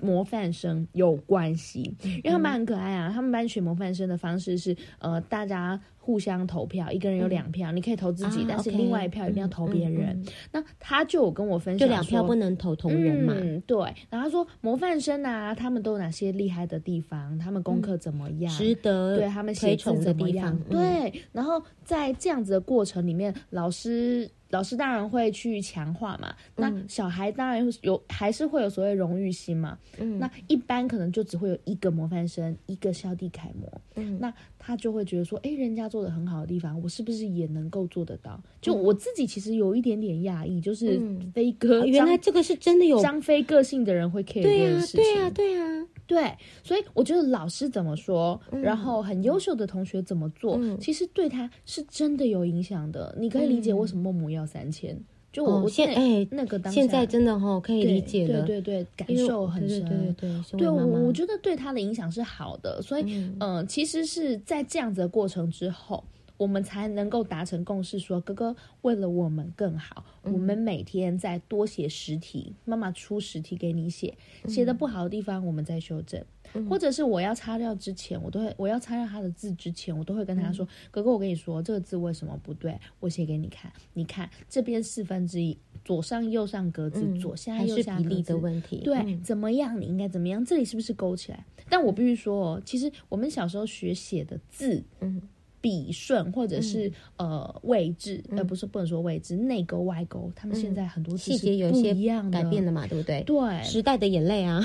Speaker 2: 模范生有关系，因为他
Speaker 1: 嗯
Speaker 2: 们很可爱啊。他们班选模范生的方式是呃大家。互相投票，一个人有两票，你可以投自己，
Speaker 1: 嗯啊
Speaker 2: 但是
Speaker 1: OK
Speaker 2: 另外一票一定要投别人。
Speaker 1: 嗯嗯
Speaker 2: 那他就有跟我分
Speaker 1: 就
Speaker 2: 享
Speaker 1: 两票
Speaker 2: 说
Speaker 1: 不能投同人嘛，
Speaker 2: 嗯，对。然后他说模范生啊，他们都有哪些厉害的地方？他们功
Speaker 1: 嗯
Speaker 2: 课怎么样？
Speaker 1: 值得
Speaker 2: 对他们
Speaker 1: 推
Speaker 2: 写字
Speaker 1: 崇的
Speaker 2: 怎么
Speaker 1: 地
Speaker 2: 样
Speaker 1: 方，，嗯，
Speaker 2: 对，然后在这样子的过程里面，老师老师当然会去强化嘛，那小孩当然有还是会有所谓荣誉心嘛，
Speaker 1: 嗯
Speaker 2: 那一般可能就只会有一个模范生，一个校地楷模，
Speaker 1: 嗯
Speaker 2: 那他就会觉得说，哎，人家做的很好的地方，我是不是也能够做得到？就我自己其实有一点点讶异，就是
Speaker 1: 嗯
Speaker 2: 飞哥、
Speaker 1: 哦原来
Speaker 2: 张
Speaker 1: 这个是真的有，
Speaker 2: 张飞个性的人会 care 这
Speaker 1: 对
Speaker 2: 件
Speaker 1: 呀
Speaker 2: 事，情，
Speaker 1: 对呀，对呀，
Speaker 2: 对，所以我觉得老师怎么说，
Speaker 1: 嗯
Speaker 2: 然后很优秀的同学怎么做，其实对他是真的有影响的。你可以理解为什么母要三千，就我、
Speaker 1: 哦
Speaker 2: 我
Speaker 1: 现
Speaker 2: 那
Speaker 1: 哎
Speaker 2: 那个当下
Speaker 1: 现在真的哈可以理解了，
Speaker 2: 对对对，感
Speaker 1: 因为
Speaker 2: 受很
Speaker 1: 对
Speaker 2: 深。
Speaker 1: 对对对对，
Speaker 2: 对
Speaker 1: 身为
Speaker 2: 我，
Speaker 1: 妈妈
Speaker 2: 我觉得对他的影响是好的，所以，嗯、其实是在这样子的过程之后，我们才能够达成共识说，哥哥为了我们更好，我
Speaker 1: 嗯
Speaker 2: 们每天再多写十题，妈妈出十题给你写，
Speaker 1: 嗯
Speaker 2: 写的不好的地方我们再修正，或者是我要擦掉之前，我都会我要擦掉他的字之前，我都会跟
Speaker 1: 嗯
Speaker 2: 他说，哥哥，我跟你说这个字为什么不对，我写给你看，你看这边四分之一，左上右上格子，左下
Speaker 1: 嗯还
Speaker 2: 右
Speaker 1: 是
Speaker 2: 下
Speaker 1: 比
Speaker 2: 格
Speaker 1: 例的
Speaker 2: 子
Speaker 1: 问题，
Speaker 2: 对，
Speaker 1: 嗯
Speaker 2: 怎么样你应该怎么样，这里是不是勾起来？但我必须说哦，其实我们小时候学写的字，
Speaker 1: 嗯，
Speaker 2: 笔顺或者是、呃位置，呃不是不能说位置，内勾外勾，他们现在很多字
Speaker 1: 嗯细
Speaker 2: 是
Speaker 1: 节有一
Speaker 2: 不
Speaker 1: 些
Speaker 2: 一样
Speaker 1: 改变
Speaker 2: 的。
Speaker 1: 了嘛，对不对？
Speaker 2: 对，
Speaker 1: 时代的眼泪啊，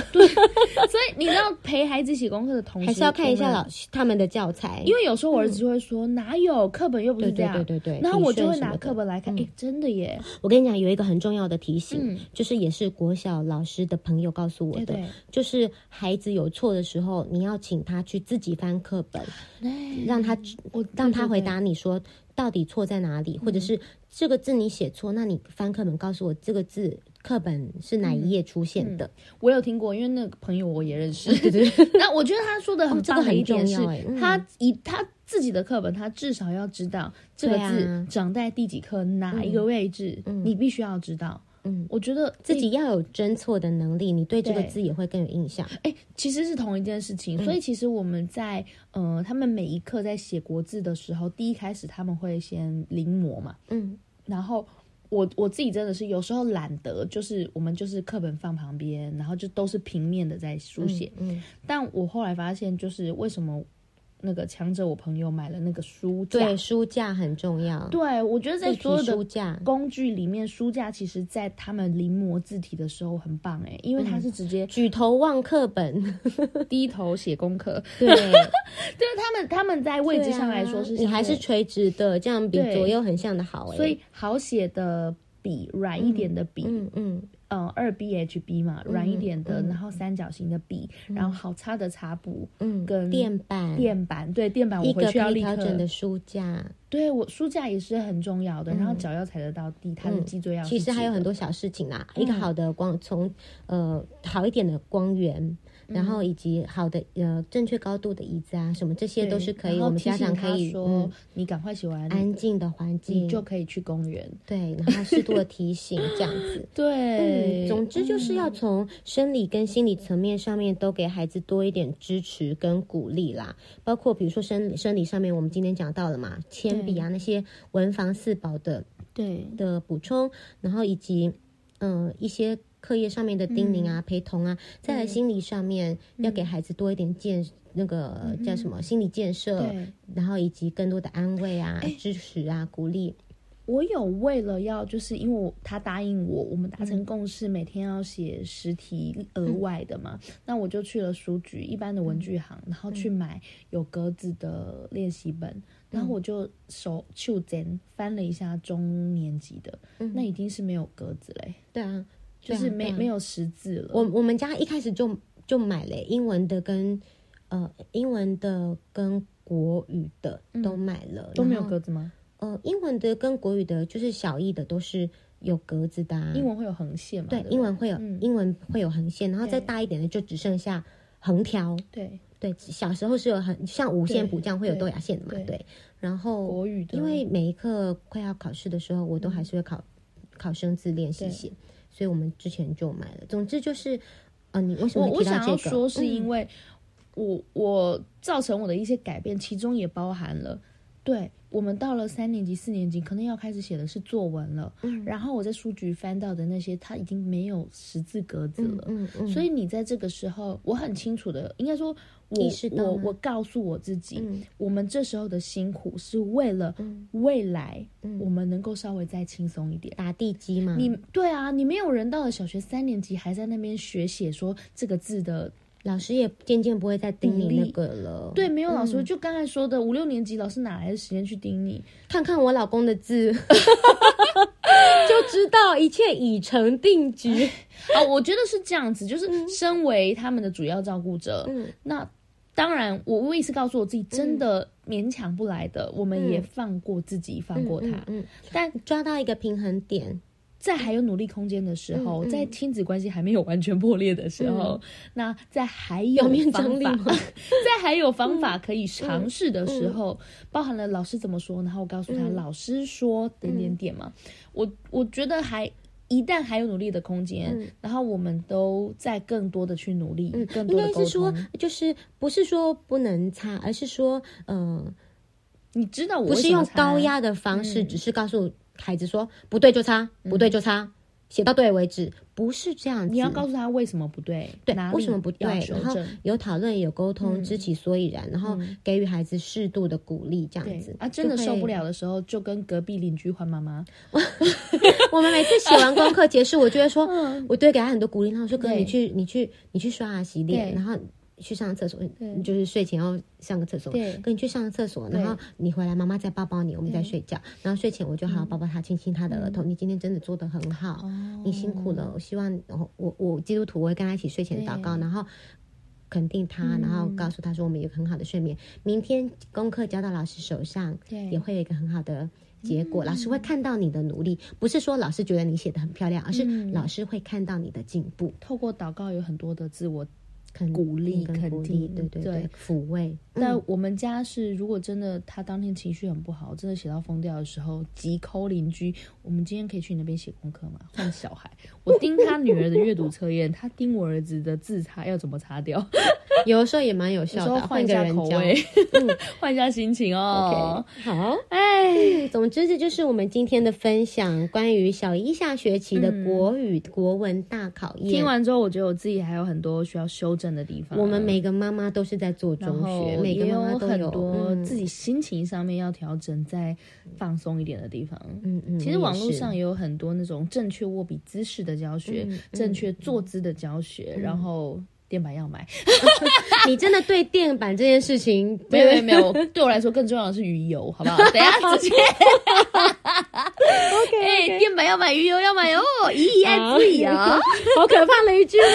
Speaker 2: 所以你知道陪孩子写功课的同时，
Speaker 1: 还是要看一下
Speaker 2: 我们
Speaker 1: 老师他们的教材，
Speaker 2: 因为有时候我儿子就会说、哪有课本又不是
Speaker 1: 对
Speaker 2: 这
Speaker 1: 对
Speaker 2: 样，
Speaker 1: 对对对，
Speaker 2: 然后我就
Speaker 1: 理
Speaker 2: 会
Speaker 1: 顺什
Speaker 2: 拿
Speaker 1: 么的嗯
Speaker 2: 课本来看，哎、真的耶，
Speaker 1: 我跟你讲，有一个很重要的提醒，
Speaker 2: 嗯
Speaker 1: 就是也是国小老师的朋友告诉我
Speaker 2: 对
Speaker 1: 的，
Speaker 2: 对，
Speaker 1: 就是孩子有错的时候，你要请他去自己翻课本，
Speaker 2: 哎
Speaker 1: 让他
Speaker 2: 我
Speaker 1: 让他
Speaker 2: 对对嗯
Speaker 1: 回答你说到底错在哪里，或者是这个字你写错，那你翻课本告诉我这个字课本是哪一页出现的。
Speaker 2: 我有听过，因为那个朋友我也 认识。对对。 那我觉得他说的很
Speaker 1: 哦这
Speaker 2: 棒
Speaker 1: 个
Speaker 2: 的
Speaker 1: 很
Speaker 2: 一点
Speaker 1: 重
Speaker 2: 是，
Speaker 1: 要哎嗯
Speaker 2: 他以他自己的课本，他至少要知道这个
Speaker 1: 对啊
Speaker 2: 字长在第几课、哪一个位置，你必须要知道。
Speaker 1: 嗯，
Speaker 2: 我觉得
Speaker 1: 自己要有侦错的能力，你对这个
Speaker 2: 对
Speaker 1: 字也会更有印象。
Speaker 2: 哎、其实是同一件事
Speaker 1: 嗯
Speaker 2: 情，所以其实我们在呃，他们每一课在写国字的时候，第一开始他们会先临摹嘛，
Speaker 1: 嗯，
Speaker 2: 然后我我自己真的是有时候懒得，就是我们就是课本放旁边，然后就都是平面的在书写。
Speaker 1: 嗯，
Speaker 2: 但我后来发现，就是为什么那个强者我朋友买了那个书架，
Speaker 1: 对，书架很重要，
Speaker 2: 啊对我觉得在
Speaker 1: 立
Speaker 2: 所
Speaker 1: 体
Speaker 2: 有
Speaker 1: 书
Speaker 2: 的
Speaker 1: 架。
Speaker 2: 工具里面，书架其实在他们临摹字体的时候很棒哎、因为
Speaker 1: 嗯
Speaker 2: 他是直接
Speaker 1: 举头望课本，
Speaker 2: 低头写功课，
Speaker 1: 对，
Speaker 2: 就是他们他们在位置上来说是
Speaker 1: 啊你还是
Speaker 2: 相对
Speaker 1: 垂直的，这样比
Speaker 2: 对
Speaker 1: 左右横向的好哎。
Speaker 2: 所以好写的笔，软一点的笔，
Speaker 1: 嗯嗯，
Speaker 2: 嗯，二 BHB 嘛，软一点的，然后三角形的笔，然后好擦的擦布，
Speaker 1: 嗯
Speaker 2: 跟
Speaker 1: 垫板，
Speaker 2: 垫板，对垫板，我
Speaker 1: 一
Speaker 2: 回
Speaker 1: 个
Speaker 2: 去要
Speaker 1: 可
Speaker 2: 立
Speaker 1: 以调
Speaker 2: 刻。
Speaker 1: 整的书架，
Speaker 2: 对我书架也是很重要的，然后脚要踩得到地，它的嗯脊椎要
Speaker 1: 嗯
Speaker 2: 是
Speaker 1: 其实还有
Speaker 2: 直
Speaker 1: 很多小事情啦。一个好的光，从呃好一点的光源，然
Speaker 2: 嗯
Speaker 1: 后以及好的呃正确高度的椅子啊，什么这些
Speaker 2: 的
Speaker 1: 都是可以，
Speaker 2: 然后
Speaker 1: 我们
Speaker 2: 提
Speaker 1: 家
Speaker 2: 醒
Speaker 1: 长
Speaker 2: 他
Speaker 1: 可以
Speaker 2: 说
Speaker 1: 嗯
Speaker 2: 你赶快写完，
Speaker 1: 安静嗯的环
Speaker 2: 你
Speaker 1: 境，
Speaker 2: 就可以去公园。
Speaker 1: 对，然后适度的提醒这样子。嗯，
Speaker 2: 对，
Speaker 1: 总之就是
Speaker 2: 嗯
Speaker 1: 要从生理跟心理层面上面都给孩子多一点支持跟鼓励啦，包括比如说生生理上面，我们今天讲到了嘛，铅笔啊那些文房四宝的
Speaker 2: 对
Speaker 1: 的补充，然后以及嗯、呃一些课业上面的叮咛
Speaker 2: 嗯
Speaker 1: 啊、陪同啊，再来心理上面、要给孩子多一点建那个叫什么、心理建设，
Speaker 2: 嗯对，哎
Speaker 1: 然后以及更多的安慰啊、支持啊、鼓励。
Speaker 2: 我有为了要，就是因为我他答应我，我们达
Speaker 1: 嗯
Speaker 2: 成共识，每天要写十题额外的嘛，那我就去了书局，一般的
Speaker 1: 嗯
Speaker 2: 文具行，然后去买有格子的练习本，然
Speaker 1: 嗯
Speaker 2: 后我就手袖间翻了一下中年级的，那已经是没有格子嘞、
Speaker 1: 嗯对啊，
Speaker 2: 就是没、
Speaker 1: 对啊
Speaker 2: 没有识字了。
Speaker 1: 我我们家一开始就就买了英文的跟呃英文的跟国语的都买了，
Speaker 2: 嗯都没有
Speaker 1: 然后
Speaker 2: 格子吗？
Speaker 1: 呃英文的跟国语的，就是小译的都是有格子的、啊，
Speaker 2: 英文会有横线嘛？
Speaker 1: 对
Speaker 2: 不
Speaker 1: 英文会有、
Speaker 2: 嗯
Speaker 1: 英文会有横线，然后再
Speaker 2: 对
Speaker 1: 大一点的就只剩下横条。
Speaker 2: 对
Speaker 1: 对，小时候是有很像五线
Speaker 2: 对
Speaker 1: 谱这样会有
Speaker 2: 对
Speaker 1: 豆芽线的嘛，
Speaker 2: 对
Speaker 1: 对。然后
Speaker 2: 国语的，
Speaker 1: 因为每一课快要考试的时候，我都还是会考、考生字练习
Speaker 2: 嗯对
Speaker 1: 写，所以我们之前就买了。总之就是，呃，你为什么
Speaker 2: 我
Speaker 1: 会
Speaker 2: 我
Speaker 1: 提到
Speaker 2: 想
Speaker 1: 这
Speaker 2: 要
Speaker 1: 个？
Speaker 2: 说是因
Speaker 1: 嗯
Speaker 2: 为我我造成我的一些改变，其中也包含了对。我们到了三年级、四年级，可能要开始写的是作文了。
Speaker 1: 嗯
Speaker 2: 然后我在书局翻到的那些，它已经没有十字格子了。
Speaker 1: 嗯嗯，
Speaker 2: 所以你在这个时候，我很清楚的，应该说我，
Speaker 1: 意识到
Speaker 2: 我我
Speaker 1: 吗
Speaker 2: 告诉我自己，
Speaker 1: 嗯
Speaker 2: 我们这时候的辛苦是为了
Speaker 1: 嗯
Speaker 2: 未来，
Speaker 1: 嗯
Speaker 2: 我们能够稍微再轻松一点。
Speaker 1: 打地基嘛，
Speaker 2: 你对啊，你没有人到了小学三年级还在那边学写说这个字的，
Speaker 1: 老师也渐渐不会再盯你
Speaker 2: 努力
Speaker 1: 那个了。
Speaker 2: 对，，没有老
Speaker 1: 嗯
Speaker 2: 师、就刚才说的五六年级老师哪来的时间去 盯你？
Speaker 1: 看看我老公的 字，就知道一切已成定局。
Speaker 2: 啊，我觉得是这样子，就是身为他们的主要照顾者，
Speaker 1: 嗯
Speaker 2: 那当然我我也是告诉我自己，真的勉强不来的，我们也放过自己，放过他。
Speaker 1: 嗯嗯，
Speaker 2: 但
Speaker 1: 抓到一个平衡点，
Speaker 2: 在还有努力空间的时
Speaker 1: 嗯嗯
Speaker 2: 候，
Speaker 1: 嗯
Speaker 2: 在亲子关系还没有完全破裂的时候，那在还有
Speaker 1: 表面张
Speaker 2: 方
Speaker 1: 力
Speaker 2: 法，
Speaker 1: 吗 嗯
Speaker 2: 在还有方法可以尝试的时候，包含了老师怎么说，然后我告诉他、
Speaker 1: 嗯
Speaker 2: 老师说点点点嘛，我我觉得还。一旦还有努力的空间，
Speaker 1: 嗯
Speaker 2: 然后我们都在更多的去努力，更
Speaker 1: 应
Speaker 2: 多的
Speaker 1: 该
Speaker 2: 沟
Speaker 1: 是说
Speaker 2: 通。，
Speaker 1: 就是不是说不能擦，而是说，嗯、
Speaker 2: 你知道我
Speaker 1: 不
Speaker 2: 为
Speaker 1: 是
Speaker 2: 什么
Speaker 1: 用
Speaker 2: 才
Speaker 1: 高压的方式，
Speaker 2: 嗯
Speaker 1: 只是告诉孩子说不对就擦，不对就擦，写到对为止，不是这样子。
Speaker 2: 你要告诉他为什么不对，
Speaker 1: 对
Speaker 2: 哪里
Speaker 1: 为什么不对
Speaker 2: 要，修
Speaker 1: 然后
Speaker 2: 正，嗯
Speaker 1: 有讨论有沟通，知其所以然，然后给予孩子适度的鼓励，这样
Speaker 2: 对
Speaker 1: 子
Speaker 2: 啊，真的
Speaker 1: 就会
Speaker 2: 受不。了的时候，就跟隔壁邻居换妈妈，
Speaker 1: 我们每次写完功课结束，我就会说，我都会给他很多鼓励，然后我说哥，
Speaker 2: 嗯对
Speaker 1: 你去你去你去刷牙洗脸，
Speaker 2: 对
Speaker 1: 然后。去上厕所，你就是睡前要上个厕所，
Speaker 2: 对
Speaker 1: 跟你去上个厕所，然后你回来，妈妈再抱抱你，我们再睡觉。然后睡前我就
Speaker 2: 嗯
Speaker 1: 好好抱抱他，亲亲他的额头。你今天真的做得很好，
Speaker 2: 哦
Speaker 1: 你辛苦了。我希望我我我基督徒，我会跟他一起睡前祷告，然后肯定他，然
Speaker 2: 嗯
Speaker 1: 后告诉他说我们有一个很好的睡眠，明天功课交到老师手上，
Speaker 2: 对嗯
Speaker 1: 也会有一个很好的结果。老师会看到你的努力，不是说老师觉得你写的很漂亮，而是
Speaker 2: 嗯
Speaker 1: 老师会看到你的进步，
Speaker 2: 透过祷告有很多的自
Speaker 1: 嗯
Speaker 2: 我。
Speaker 1: 肯
Speaker 2: 鼓励
Speaker 1: 跟鼓
Speaker 2: 肯
Speaker 1: 励，
Speaker 2: 定
Speaker 1: 对对
Speaker 2: 对
Speaker 1: 对，抚慰。
Speaker 2: 但我们家是，如果真的他当天情绪很不好，真的写到疯掉的时候，急抠邻居，我们今天可以去你那边写功课吗？换小孩，我盯他女儿的阅读测验，他盯我儿子的字擦要怎么擦掉，
Speaker 1: 有的时候也蛮有
Speaker 2: 有
Speaker 1: 效
Speaker 2: 时候
Speaker 1: 的，
Speaker 2: 换一
Speaker 1: 个
Speaker 2: 下
Speaker 1: 人
Speaker 2: 口
Speaker 1: 教。
Speaker 2: 味， 换一下心情 哦。
Speaker 1: 好，
Speaker 2: 哎，
Speaker 1: 总之这就是我们今天的分享，关于小一下学期
Speaker 2: 嗯
Speaker 1: 的国语、国文大考验。
Speaker 2: 听完之后，我觉得我自己还有很多需要修正的地方。
Speaker 1: 我们每个妈妈都是在做
Speaker 2: 然
Speaker 1: 中
Speaker 2: 后
Speaker 1: 学，每个
Speaker 2: 也
Speaker 1: 妈妈都
Speaker 2: 很多
Speaker 1: 嗯
Speaker 2: 自己心情上面要调整，再放松一点的地方。
Speaker 1: 嗯嗯，
Speaker 2: 其实
Speaker 1: 我也
Speaker 2: 网络
Speaker 1: 是嗯
Speaker 2: 上也有很多那种正确握笔姿势的教学，正确坐姿的教学，然后电板要买。
Speaker 1: 你真的对电板这件事情，
Speaker 2: 没有没有没有，对我来说更重要的是鱼油，好不好？等一 下直接。OK，哎，电 板要买，鱼油要买哦，咦，爱不一啊。
Speaker 1: 好可怕的一句话。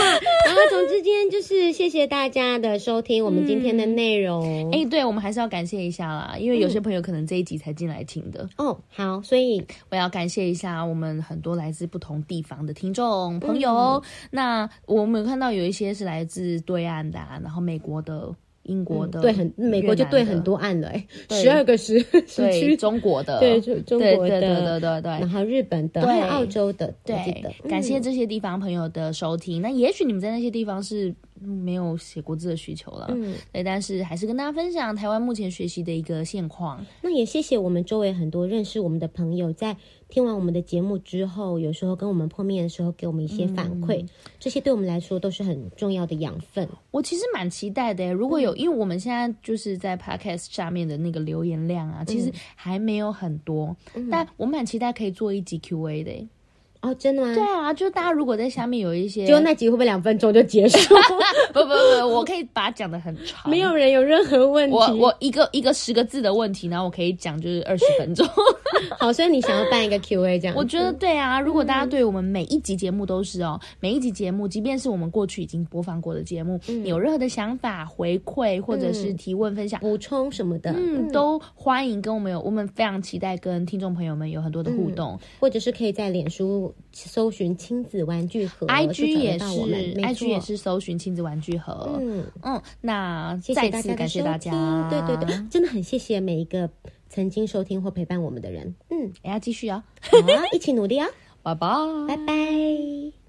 Speaker 1: 然后，总之今天就是谢谢大家的收听，我们今天的内容。
Speaker 2: 哎、对，我们还是要感谢一下啦，因为有些朋友可能这一集才进来听的，
Speaker 1: 哦，好，所以
Speaker 2: 我要感谢一下我们很多来自不同地方的听众朋友
Speaker 1: 嗯
Speaker 2: 哦。那我们有看到有一些是来自对岸的、啊，然后美国的、英国的，
Speaker 1: 嗯对很美国就对很多案了、哎，十二个时时
Speaker 2: 对
Speaker 1: 区，
Speaker 2: 中国的，
Speaker 1: 对中中国
Speaker 2: 对对对
Speaker 1: 的
Speaker 2: 对对对
Speaker 1: 然后日本的，
Speaker 2: 对
Speaker 1: 还有澳洲的，我记得
Speaker 2: 对，感谢这些地方朋友的收听。那也许你们在那些地方是嗯没有写国字的需求了，
Speaker 1: 嗯，
Speaker 2: 对，但是还是跟大家分享台湾目前学习的一个现况。
Speaker 1: 那也谢谢我们周围很多认识我们的朋友，在听完我们的节目之后，有时候跟我们碰面的时候，给我们一些反
Speaker 2: 嗯
Speaker 1: 馈，这些对我们来说都是很重要的养分。
Speaker 2: 我其实蛮期待
Speaker 1: 嗯
Speaker 2: 的耶，如果有，因为我们现在就是在 podcast 下面的那个留言
Speaker 1: 嗯
Speaker 2: 量啊，其实还没有很多，但我蛮期待可以做一集 Q&A 的耶。
Speaker 1: 哦，真的吗？
Speaker 2: 对啊，就大家如果在下面有一些，
Speaker 1: 结果那集会不会两分钟就结束？
Speaker 2: 不不不，我可以把它讲的很 长，
Speaker 1: 没有人有任何问题。
Speaker 2: 我我一个一个十个字的问题，然后我可以讲就是二十分 钟。
Speaker 1: 好，所以你想要办一个 Q&A 这样子？
Speaker 2: 我觉得对啊，如果大家对我们每一集节目都是哦，
Speaker 1: 嗯
Speaker 2: 每一集节目，即便是我们过去已经播放过的节目，
Speaker 1: 嗯
Speaker 2: 你有任何的想法、回馈或者是提问分享，
Speaker 1: 补充什么的，
Speaker 2: 嗯，都欢迎跟我们有，我们非常期待跟听众朋友们有很多的互动。
Speaker 1: 或者是可以在脸书搜寻亲子玩具盒
Speaker 2: IG
Speaker 1: 就找得
Speaker 2: 也是
Speaker 1: 到我们没
Speaker 2: ，IG
Speaker 1: 错
Speaker 2: 也是搜寻亲子玩具盒。
Speaker 1: 嗯，
Speaker 2: 嗯，那
Speaker 1: 谢
Speaker 2: 再
Speaker 1: 谢大
Speaker 2: 次
Speaker 1: 家
Speaker 2: 感
Speaker 1: 的
Speaker 2: 谢
Speaker 1: 收
Speaker 2: 大
Speaker 1: 听，，
Speaker 2: 家
Speaker 1: 对对对，真的很谢谢每一个曾经收听或陪伴我们的人，嗯，
Speaker 2: 哎也要继续哦，
Speaker 1: 好啊，一起努力啊，
Speaker 2: 拜拜。
Speaker 1: 拜拜。